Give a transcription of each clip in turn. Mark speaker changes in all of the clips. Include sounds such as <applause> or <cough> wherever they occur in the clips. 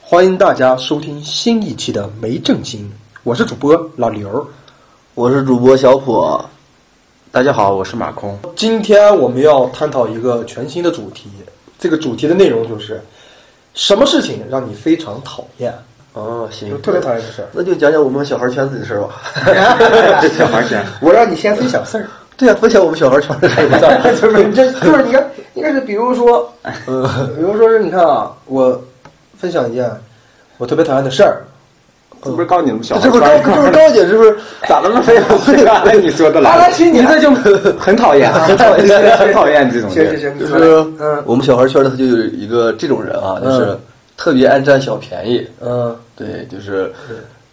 Speaker 1: 欢迎大家收听新一期的《没正经》，我是主播老刘。
Speaker 2: 我是主播小普，
Speaker 3: 大家好，我是马空。
Speaker 1: 今天我们要探讨一个全新的主题，这个主题的内容就是什么事情让你非常讨厌，
Speaker 2: 哦，
Speaker 1: 就
Speaker 2: 行，
Speaker 1: 特别讨厌的 <laughs> 事儿。
Speaker 2: 那就讲讲我们小孩圈子的事儿 <laughs> 吧。
Speaker 3: 小孩儿讲，
Speaker 1: 我让你先分享事儿，
Speaker 2: 对呀、分享我们小孩圈子的事儿吧。
Speaker 1: 哎就是你这就是你看，应该是比如 <laughs> 说，比如说是你看啊，我分享一件我特别讨厌的事儿，
Speaker 3: 这不是告诉你们小孩
Speaker 2: 这不
Speaker 3: 儿
Speaker 2: 是这
Speaker 3: 干
Speaker 2: 不是高姐，是不是？
Speaker 3: 咋了吗？非常非常爱你说的
Speaker 1: 阿
Speaker 3: 来
Speaker 1: 拉，奇，你这就
Speaker 3: 很讨厌，很讨厌，很讨厌这种
Speaker 1: 行行
Speaker 3: 人。
Speaker 1: 行，
Speaker 2: 就
Speaker 1: 就是嗯
Speaker 2: 我们小孩圈子，他就有一个这种人啊，就是
Speaker 1: 嗯
Speaker 2: 特别爱占小便宜。
Speaker 1: <laughs> 嗯
Speaker 2: 对，就是，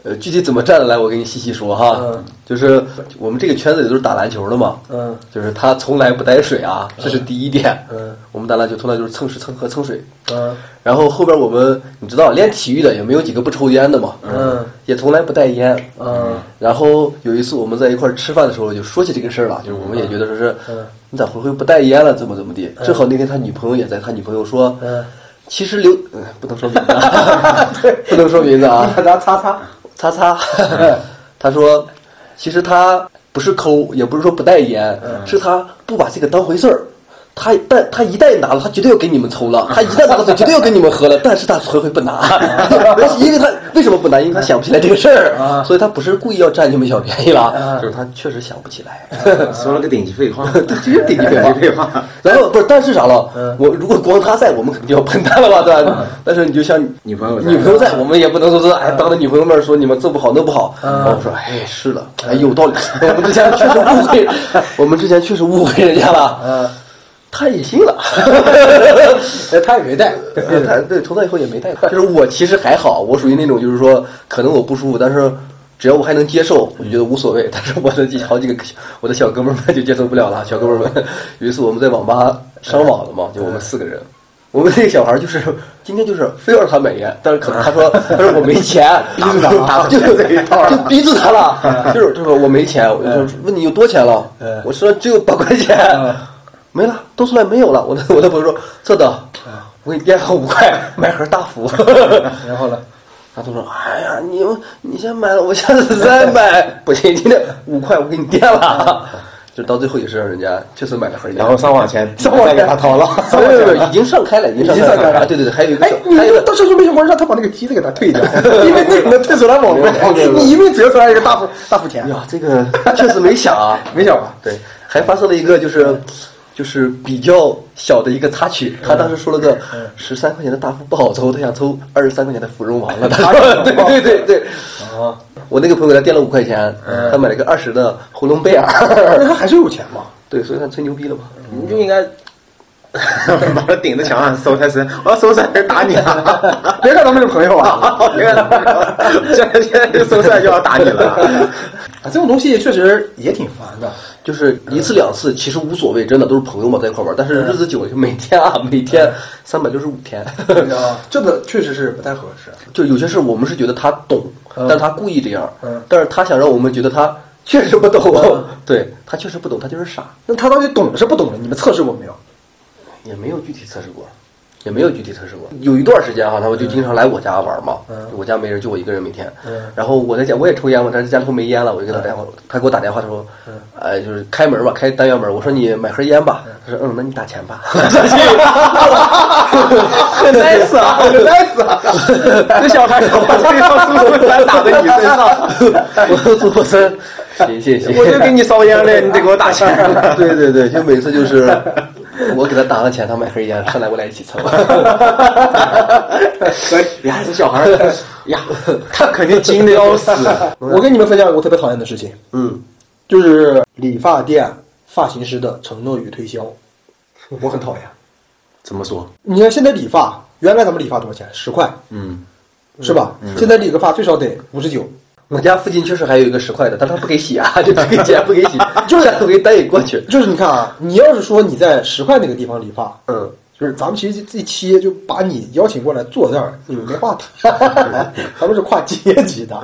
Speaker 2: 呃，具体怎么占的来，我给你细细说哈
Speaker 1: 嗯。
Speaker 2: 就是我们这个圈子里都是打篮球的嘛，
Speaker 1: 嗯
Speaker 2: 就是他从来不带水啊，这是第一点。
Speaker 1: 嗯，
Speaker 2: 我们打篮球从来就是蹭吃蹭喝蹭水。
Speaker 1: 嗯
Speaker 2: 然后后边我们你知道，练体育的也没有几个不抽烟的嘛，
Speaker 1: 嗯，
Speaker 2: 也从来不带烟，
Speaker 1: 嗯，
Speaker 2: 然后有一次我们在一块儿吃饭的时候就说起这个事儿了，就是我们也觉得说是，
Speaker 1: 嗯
Speaker 2: 你咋回回不带烟了，怎么怎么地？正好那天他女朋友也在，他女朋友说，
Speaker 1: 嗯，
Speaker 2: 其实刘、呃不能说名字啊， <laughs> 不能说名字啊，
Speaker 1: 把它擦擦，
Speaker 2: 擦擦，他说，其实他不是抠，也不是说不带烟，是他不把这个当回事儿。他但他一旦拿了，他绝对要给你们抽了；他一旦拿了，他绝对要给你们喝了。但是他回回不拿，因为他为什么不拿？因为他想不起来这个事
Speaker 1: 啊
Speaker 2: 儿，所以他不是故意要占你们小便宜了，就是他确实想不起来。
Speaker 3: 说了个顶级废话，
Speaker 2: 这是顶级废话
Speaker 3: 废话。
Speaker 2: 然后不是，但是啥了
Speaker 1: 嗯？
Speaker 2: 我如果光他在，我们肯定要喷他了吧，对吧？但是你就像
Speaker 3: 女朋友在
Speaker 2: 女朋友在，我们也不能说是哎，当着女朋友面说你们这不好那不好。
Speaker 1: 嗯
Speaker 2: 然后我说哎，是的，哎，有道理。 <laughs> 我们之前确实误会，我们之前确实误会人家了，
Speaker 1: 嗯，
Speaker 2: 他也信了。 <laughs>
Speaker 1: 哎，他也没带，
Speaker 2: 呃他对，从那以后也没带过。就是我其实还好，我属于那种就是说，可能我不舒服，但是只要我还能接受，我就觉得无所谓。 <laughs> 但是我的这好几个我的小哥们儿们就接受不了了。小哥们儿们，有一次我们在网吧上网了嘛，就我们四个人。我们那个小孩儿就是今天就是非要让他买烟，但是可能他 <laughs> 说他说我没钱，逼着他， <laughs> 就就逼着他了， <laughs> 嗯就是他说我没钱，我就说问你有多钱了
Speaker 1: 嗯，
Speaker 2: 我身上只有八块钱，
Speaker 1: 啊
Speaker 2: 没了，都出来没有了。我的我的朋友说这的，我给你垫上五块买盒大福。
Speaker 1: 啊 <laughs> 然后呢？
Speaker 2: 他都说：“哎呀，你你先买了，我下次再
Speaker 1: <laughs>
Speaker 2: 买。不行，今天五块我给你垫
Speaker 1: 啊
Speaker 2: 了。”就到最后也是让人家确实买了盒烟，
Speaker 3: 然后上网前
Speaker 1: 上网
Speaker 3: 再
Speaker 1: 前
Speaker 3: 给他掏了，
Speaker 2: 没有没有
Speaker 1: <laughs>
Speaker 2: 没有已经上开了，已经
Speaker 1: 已经上开了
Speaker 2: 啊对对对，还有一个
Speaker 1: 哎
Speaker 2: 小，
Speaker 1: 你
Speaker 2: 还有一
Speaker 1: 就
Speaker 2: 个
Speaker 1: 到时候就为什么让他把那个梯子给他
Speaker 2: <laughs>
Speaker 1: 退掉？因为那能退出来网费，你一辈子要出来一个大付大付钱，
Speaker 2: 呀，这个 <laughs> 确实没想啊，
Speaker 1: 没想吧？
Speaker 2: 对，还发生了一个就是就是比较小的一个插曲，他当时说了个十三块钱的大福不好抽，他想抽二十三块钱的芙蓉王了。他说对对对对，
Speaker 1: 啊，
Speaker 2: 我那个朋友给他垫了五块钱，他买了个二十的喉咙贝尔，
Speaker 1: 那他还是有钱嘛？
Speaker 2: <laughs> 对，所以他吹牛逼了嘛。
Speaker 3: 你就应该把他顶在墙上搜他身，我要搜出来打你啊！
Speaker 1: 别看咱们是朋友
Speaker 2: <laughs>
Speaker 1: 啊，
Speaker 3: 你看现在现在就搜出来就要打你了。
Speaker 1: 啊这种东西确实也挺烦的。
Speaker 2: 就是一次两次其实无所谓，真的都是朋友嘛，在一块玩。但是日子久了，就每天啊，每天三百六十五天，
Speaker 1: 这个确实是不太合适。
Speaker 2: 就有些事我们是觉得他懂，
Speaker 1: 嗯
Speaker 2: 但他故意这样
Speaker 1: 嗯，
Speaker 2: 但是他想让我们觉得他确实不懂
Speaker 1: 嗯，
Speaker 2: <laughs> 对他确实不懂，他就是傻，
Speaker 1: 那他到底懂是不懂的？你们测试过没有？
Speaker 2: 也没有具体测试过。也没有具体测试过。有一段时间哈、他们就经常来我家玩嘛，
Speaker 1: 嗯
Speaker 2: 我家没人，就我一个人每天。
Speaker 1: 嗯
Speaker 2: 然后我在家我也抽烟嘛，但是家里头没烟了，我就给他打电话，他给我打电话，他说，
Speaker 1: 嗯
Speaker 2: 呃，就是开门吧，开单元门，我说你买盒烟吧，他说嗯，那你打
Speaker 1: <laughs>
Speaker 2: 钱吧， <laughs>
Speaker 3: 很 nice 啊，很 nice 啊！这小孩从我身上叔叔反打在你身上，
Speaker 2: <laughs> 我说主播森，谢谢谢谢，
Speaker 3: 我就给你烧烟了，你得给我打钱。
Speaker 2: 对对对，就每次就是我给他打了钱，他买盒烟，上来我俩一起哎抽。
Speaker 3: 可以呀，这小孩儿呀，他肯定惊的要死。
Speaker 1: 我跟你们分享一个我特别讨厌的事情，
Speaker 2: 嗯，
Speaker 1: 就是理发店发型师的承诺与推销，我很讨厌。
Speaker 3: 怎么说？
Speaker 1: 你看现在理发，原来咱们理发多少钱？十块，
Speaker 3: 嗯，
Speaker 1: 是吧？现在理个发最少得五十九。
Speaker 2: 我家附近确实还有一个十块的，但他不给洗啊， <laughs> 就不给剪，不给洗，就是不给单也过去。
Speaker 1: 就是你看啊，你要是说你在十块那个地方理发，
Speaker 2: 嗯，
Speaker 1: 就是咱们其实这一期就把你邀请过来坐这儿，你们没话
Speaker 2: <laughs>
Speaker 1: 谈，咱们是跨阶级的，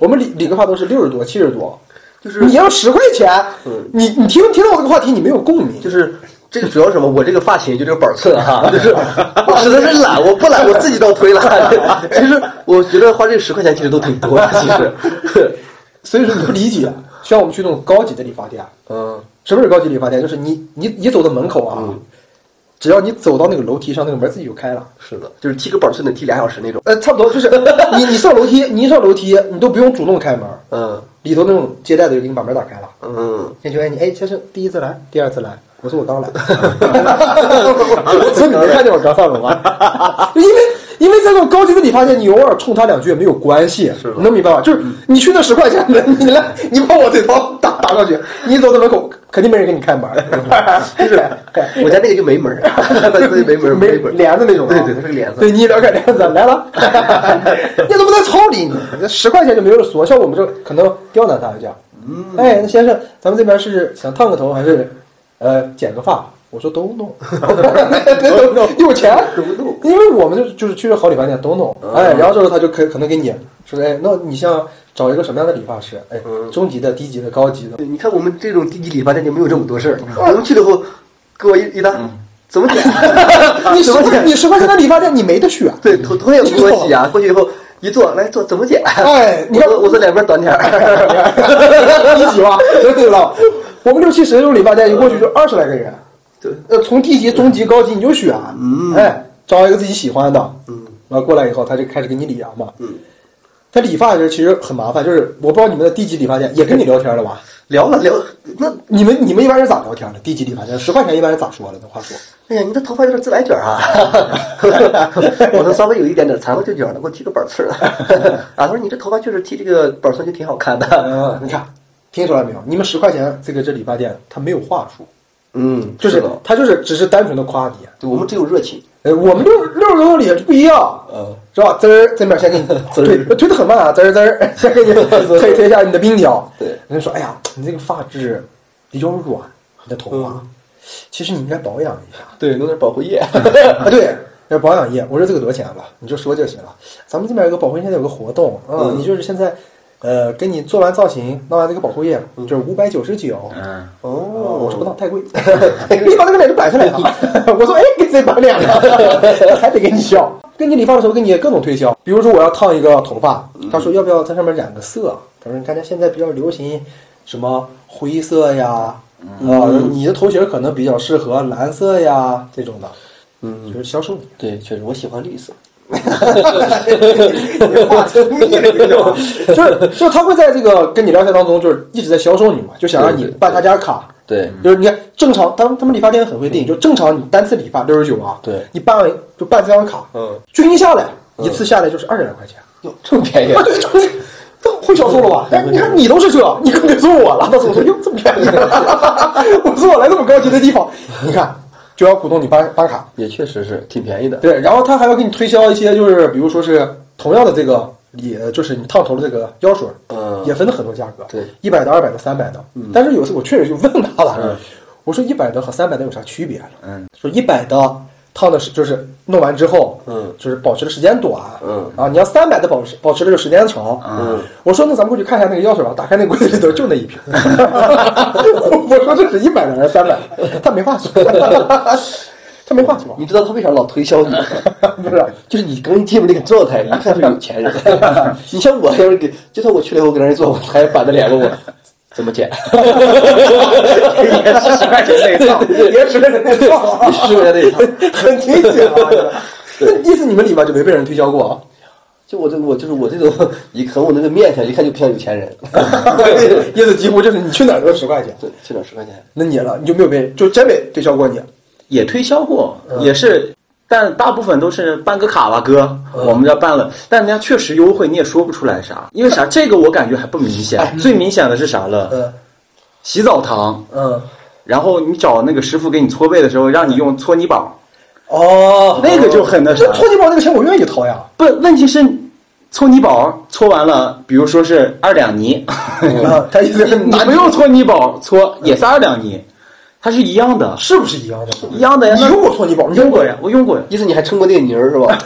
Speaker 1: 我们理理个发都是六十多、七十多，
Speaker 2: 就是
Speaker 1: 你要十块钱
Speaker 2: 嗯，
Speaker 1: 你你听听到我这个话题，你没有共鸣，
Speaker 2: 就是这个主要是什么？我这个发型就这个板寸哈，就是我实在是懒，我不懒，我自己倒推了。 <laughs> 其实我觉得花这十块钱其实都挺多的，其实， <laughs>
Speaker 1: 所以说你不理解，需要我们去那种高级的理发店。
Speaker 2: 嗯，
Speaker 1: 什么是高级理发店？就是你你你走到门口啊，只要你走到那个楼梯上，那个门自己就开了。
Speaker 2: 是的，就是剃个板寸得剃俩小时那种。
Speaker 1: 呃，差不多就是你你上楼梯，你一上楼梯，你都不用主动开门，
Speaker 2: 嗯
Speaker 1: 里头那种接待的就给你把门打开了。
Speaker 2: 嗯，
Speaker 1: 先去问你，哎，先生，第一次来，第二次来。我说我
Speaker 2: <laughs>
Speaker 1: 刚来，我说你没看见我刚上楼吗？ <laughs> 因为因为在那种高级的理发店，你偶尔冲他两句也没有关系，你能明白吧？就是你去那十块钱的，你来，你把我这刀打打上去，你走到门口，肯定没人给你开门，
Speaker 2: <laughs>
Speaker 1: 就是
Speaker 2: 我家那个就没门儿，对没门儿 <laughs>
Speaker 1: 没
Speaker 2: 门儿，
Speaker 1: 帘子那种啊，
Speaker 2: 对对，它是个帘子。
Speaker 1: 对你一撩开帘子来 <laughs> 了，你怎么能操理你？这十块钱就没有锁，像我们这可能刁难他一下。嗯，哎，那先生，咱们这边是想烫个头还是呃剪个发？我说都 <laughs> 弄，都弄，有钱啊
Speaker 2: 都弄，
Speaker 1: 因为我们就就是去这好理发店都弄，哎，然后这时候他就可可能给你说，哎，那你像找一个什么样的理发师？哎，中级的、低级的、高级 <laughs> 的，
Speaker 2: 对，你看我们这种低级理发店就没有这么多事
Speaker 1: 嗯
Speaker 2: 儿。我们去了后，给我一一搭，怎么剪？
Speaker 1: <laughs> 你十
Speaker 2: 怎么
Speaker 1: 块
Speaker 2: 剪
Speaker 1: 你？十块钱的理发店你没得选，
Speaker 2: <laughs> 对，头头也不给我洗啊，过去以后一坐，来坐怎么剪？啊
Speaker 1: 哎你看
Speaker 2: 我说我说两边短点儿。
Speaker 1: <laughs>
Speaker 2: <laughs>
Speaker 1: 低级吧，对吧？我们六七十这种理发店，一过去就二十来个人，
Speaker 2: 对，
Speaker 1: 呃，从低级、中级、高级你就选，哎，找一个自己喜欢的，嗯，然后过来以后，他就开始给你理牙嘛，嗯，他理发的时候其实很麻烦，就是我不知道你们的低级理发店也跟你聊天了吧？
Speaker 2: 聊了聊，那
Speaker 1: 你们你们一般是咋聊天的？低级理发店十块钱一般是咋说的？那话说，
Speaker 2: 哎呀，你的头发有点自来卷啊！ <laughs> 我说稍微有一点点长了就卷了，给我剃个板寸儿。 <laughs> 啊，他说你这头发确实剃这个板寸就挺好看的。
Speaker 1: 嗯，你看听出来没有？你们十块钱这个这理发店他没有话术，
Speaker 2: 嗯，
Speaker 1: 就是
Speaker 2: 的，
Speaker 1: 他就是只是单纯的夸你，
Speaker 2: 对我们只有热情。
Speaker 1: 呃，我们六六十多里不一样，
Speaker 2: 嗯，
Speaker 1: 是吧？滋儿，这面先给你
Speaker 2: 滋儿
Speaker 1: 推推的很慢啊，滋儿滋儿，先给你推推一下你的鬓角。
Speaker 2: 对
Speaker 1: 人家说，哎呀，你这个发质比较软，你的头发，其实你应该保养一下。
Speaker 2: 对，弄点保
Speaker 1: <laughs>
Speaker 2: 护液。
Speaker 1: 啊，对，那保养液，我说这个多少钱吧，你就说就行了。咱们这边有个保护液，现在有个活动啊，你就是现在，呃，给你做完造型，弄完这个保护液，就是五百九十九。
Speaker 3: 嗯，
Speaker 1: 哦，我说不闹太贵，你把那个脸就摆出来了。 <laughs> 我说哎，给谁摆脸了？ <laughs> 还得给你笑。给你理发的时候，给你各种推销，比如说我要烫一个头发，他说要不要在上面染个色？他说大家现在比较流行什么灰色呀，啊，你的头型可能比较适合蓝色呀这种的，嗯，就是销售你。
Speaker 2: 对，确实我喜欢绿色。 <laughs>
Speaker 1: 就是就是他会在这个跟你聊天当中，就是一直在销售你嘛，就想让你
Speaker 2: 对对对
Speaker 1: 办他家卡。
Speaker 2: 对嗯
Speaker 1: 就是你看正常，他们他们理发店很会定，就正常你单次理发六十九啊，
Speaker 2: 对
Speaker 1: 你办完就办这张卡，
Speaker 2: 嗯，
Speaker 1: 均匀下来一次下来就是二十来块钱，
Speaker 2: 哟， <laughs> 这么便宜
Speaker 1: 啊，对，就是这会销售了
Speaker 2: <laughs>
Speaker 1: 吧？哎，你看你都是这，你更别说我了。当时我说哟，这么便宜， <laughs> 我说我来这么高级的地方，你看就要鼓动你办办卡，
Speaker 2: 也确实是挺便宜的。
Speaker 1: 对，然后他还要给你推销一些，就是比如说是同样的这个理，就是你烫头的这个药水，
Speaker 2: 嗯
Speaker 1: 也分了很多价格，
Speaker 2: 对嗯
Speaker 1: 一百的、二百的、三百的。但是有一次我确实就问他了，我说一百的和三百的有啥区别？啊
Speaker 3: 嗯，
Speaker 1: 说一百的烫的是就是弄完之后，
Speaker 2: 嗯，
Speaker 1: 就是保持的时间短，
Speaker 2: 嗯
Speaker 1: 啊，你要三百的保持保持的就时间长，
Speaker 2: 嗯，
Speaker 1: 我说那咱们过去看一下那个药水吧，打开那柜子里头就那一
Speaker 2: <laughs>
Speaker 1: 瓶，我说这是一百的还是三百？他没话说， <laughs> 他没话说。
Speaker 2: 你知道他为啥老推销你 <laughs> 吗？
Speaker 1: 不是，
Speaker 2: 就是你刚一进入那个状态，一看就是有钱 <laughs> 人。你像我要是给，就算我去了以后跟人家做，我还板着脸问我怎么剪， <laughs>
Speaker 3: 也是十块钱那一套。
Speaker 1: 也只是那套，
Speaker 2: 是不是那一套？
Speaker 1: 很贴切啊。那意思你们里边就没被人推销过啊？
Speaker 2: 就我这我就是我这种，一看我那个面相，一看就不像有钱 <laughs> 人。
Speaker 1: 意思几乎就是你去哪儿都是十块钱。
Speaker 2: 对，去哪十块钱？
Speaker 1: 那你了，你就没有被就真没推销过你。
Speaker 3: 也推销过，
Speaker 1: 嗯
Speaker 3: 也是，但大部分都是办个卡吧，哥，
Speaker 1: 嗯
Speaker 3: 我们这办了，但人家确实优惠，你也说不出来啥，因为啥？这个我感觉还不明显，最明显的是啥了？
Speaker 1: 哎嗯
Speaker 3: 洗澡堂，
Speaker 1: 嗯，
Speaker 3: 然后你找那个师傅给你搓背的时候，让你用搓泥宝，
Speaker 1: 哦，
Speaker 3: 那个就很那啥
Speaker 1: 这搓泥宝那个钱我愿意掏呀。
Speaker 3: 不，问题是搓泥宝搓完了，比如说是二两泥，嗯
Speaker 1: 啊，他意思是
Speaker 3: <laughs> 你不用搓泥宝搓
Speaker 1: 嗯
Speaker 3: 也是二两泥，它是一样的，
Speaker 1: 是不是一样的？
Speaker 3: 一样的呀。
Speaker 1: 你
Speaker 3: 那
Speaker 1: 用过搓泥宝？你用
Speaker 3: 用过呀，？我用过呀。
Speaker 2: 意思你还撑过那个泥儿是吧？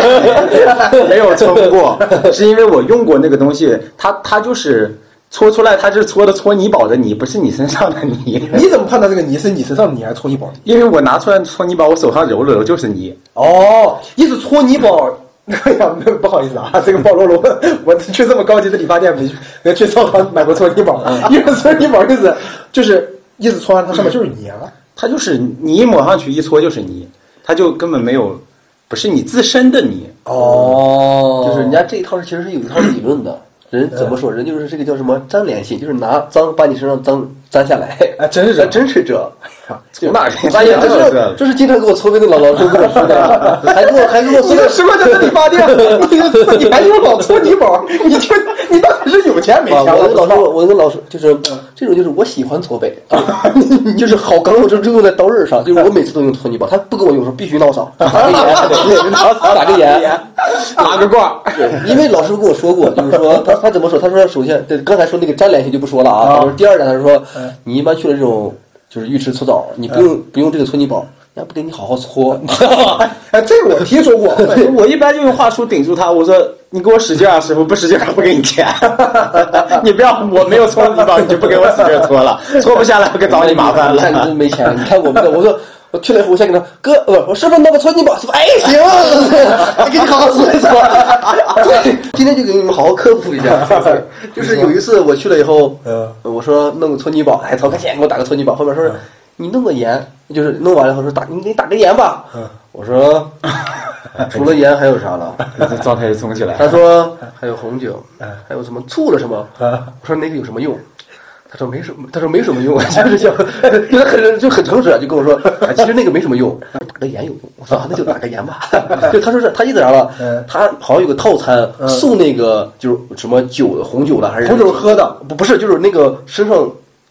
Speaker 3: <laughs> 没有蹭过，是因为我用过那个东西，它它就是搓出来它是搓的搓泥宝的泥，不是你身上的泥。 <laughs>
Speaker 1: 你怎么判断这个泥是你身上的泥还是搓泥宝？
Speaker 3: 因为我拿出来搓泥宝，我手上揉了揉就是泥。
Speaker 1: 哦，意思搓泥宝。 <laughs> 哎呀，没有不好意思啊，这个暴露了 <laughs> 我，我去这么高级的理发店没没去澡堂买过搓泥宝，因为搓泥宝意思就是意思搓完它上面就是泥啊。
Speaker 3: 它就是泥抹上去一搓就是泥，它就根本没有，不是你自身的泥。
Speaker 1: 哦嗯
Speaker 2: 就是人家这一套是其实是有一套理论
Speaker 1: <clears throat>
Speaker 2: 的。人怎么说？人就是这个叫什么粘连性，就是拿脏把你身上脏粘下来。
Speaker 1: 哎真是这样
Speaker 2: 真是这。
Speaker 1: <laughs>
Speaker 3: 从哪儿给
Speaker 2: 哎呀，
Speaker 3: 这
Speaker 2: 就是就是经常给我搓背的老老头跟我说的，
Speaker 1: <laughs>
Speaker 2: 还给我还给我
Speaker 1: 你
Speaker 2: 搓
Speaker 1: 这什么叫做理发店？你这你还说老搓泥宝？你这你到底是有钱没钱？
Speaker 2: <laughs> <laughs> 啊，我
Speaker 1: 不
Speaker 2: 跟老
Speaker 1: 知道
Speaker 2: 师，我跟老师就是
Speaker 1: 嗯
Speaker 2: 这种，就是我喜欢搓
Speaker 1: <laughs>
Speaker 2: 背，就是好钢，我就就用在刀刃上，就是我每次都用搓泥宝，他不跟我用说必须闹嗓，打个眼，
Speaker 1: <laughs>
Speaker 2: 对打个眼，
Speaker 3: <laughs> 拿个罐儿。
Speaker 2: <laughs> 对，因为老师跟我说过，就是说他他怎么说？他说首先，对刚才说那个粘连性就不说了啊，他说第二点，他说你一般去了这种就是浴池搓澡，你不用不用这个搓泥宝，人家不给你好好搓，
Speaker 1: 哎，这个我听说过。
Speaker 3: <laughs> 我一般就用话术顶住他，我说你给我使劲儿啊，师傅，不使劲儿不给你钱。 <laughs> 你不要，我没有搓泥宝，你就不给我使劲儿搓了，搓不下来我可找你麻烦
Speaker 2: 你看你
Speaker 3: <laughs> 了
Speaker 2: 这。没钱，你看我们的，我说我去了以后，我先给他哥，呃我师傅弄个搓泥宝，师傅哎行，给你好好搓一搓。 <laughs> 今天就给你们好好科普一下，就是有一次我去了以后，呃
Speaker 1: 嗯
Speaker 2: 我说弄个搓泥宝，哎，掏个钱给我打个搓泥宝，后面说是你弄个盐，就是弄完了以后说打你给你打个盐吧，我说除了盐还有啥了？
Speaker 3: 状态就冲起来
Speaker 2: 他说 <laughs> 还有红酒，
Speaker 1: 啊
Speaker 2: 还有什么醋了什么？我说那个有什么用？他说没什么，他说没什么用， <laughs> 就是想，就是很就很诚实，就跟我说，哎其实那个没什么用，打个盐有用。我说啊那就打个盐吧。 <laughs> 就他说是他意思啥了
Speaker 1: 嗯？
Speaker 2: 他好像有个套餐送那个就是什么酒的红酒的还是
Speaker 1: 红酒喝的？
Speaker 2: 不不是，就是那个身上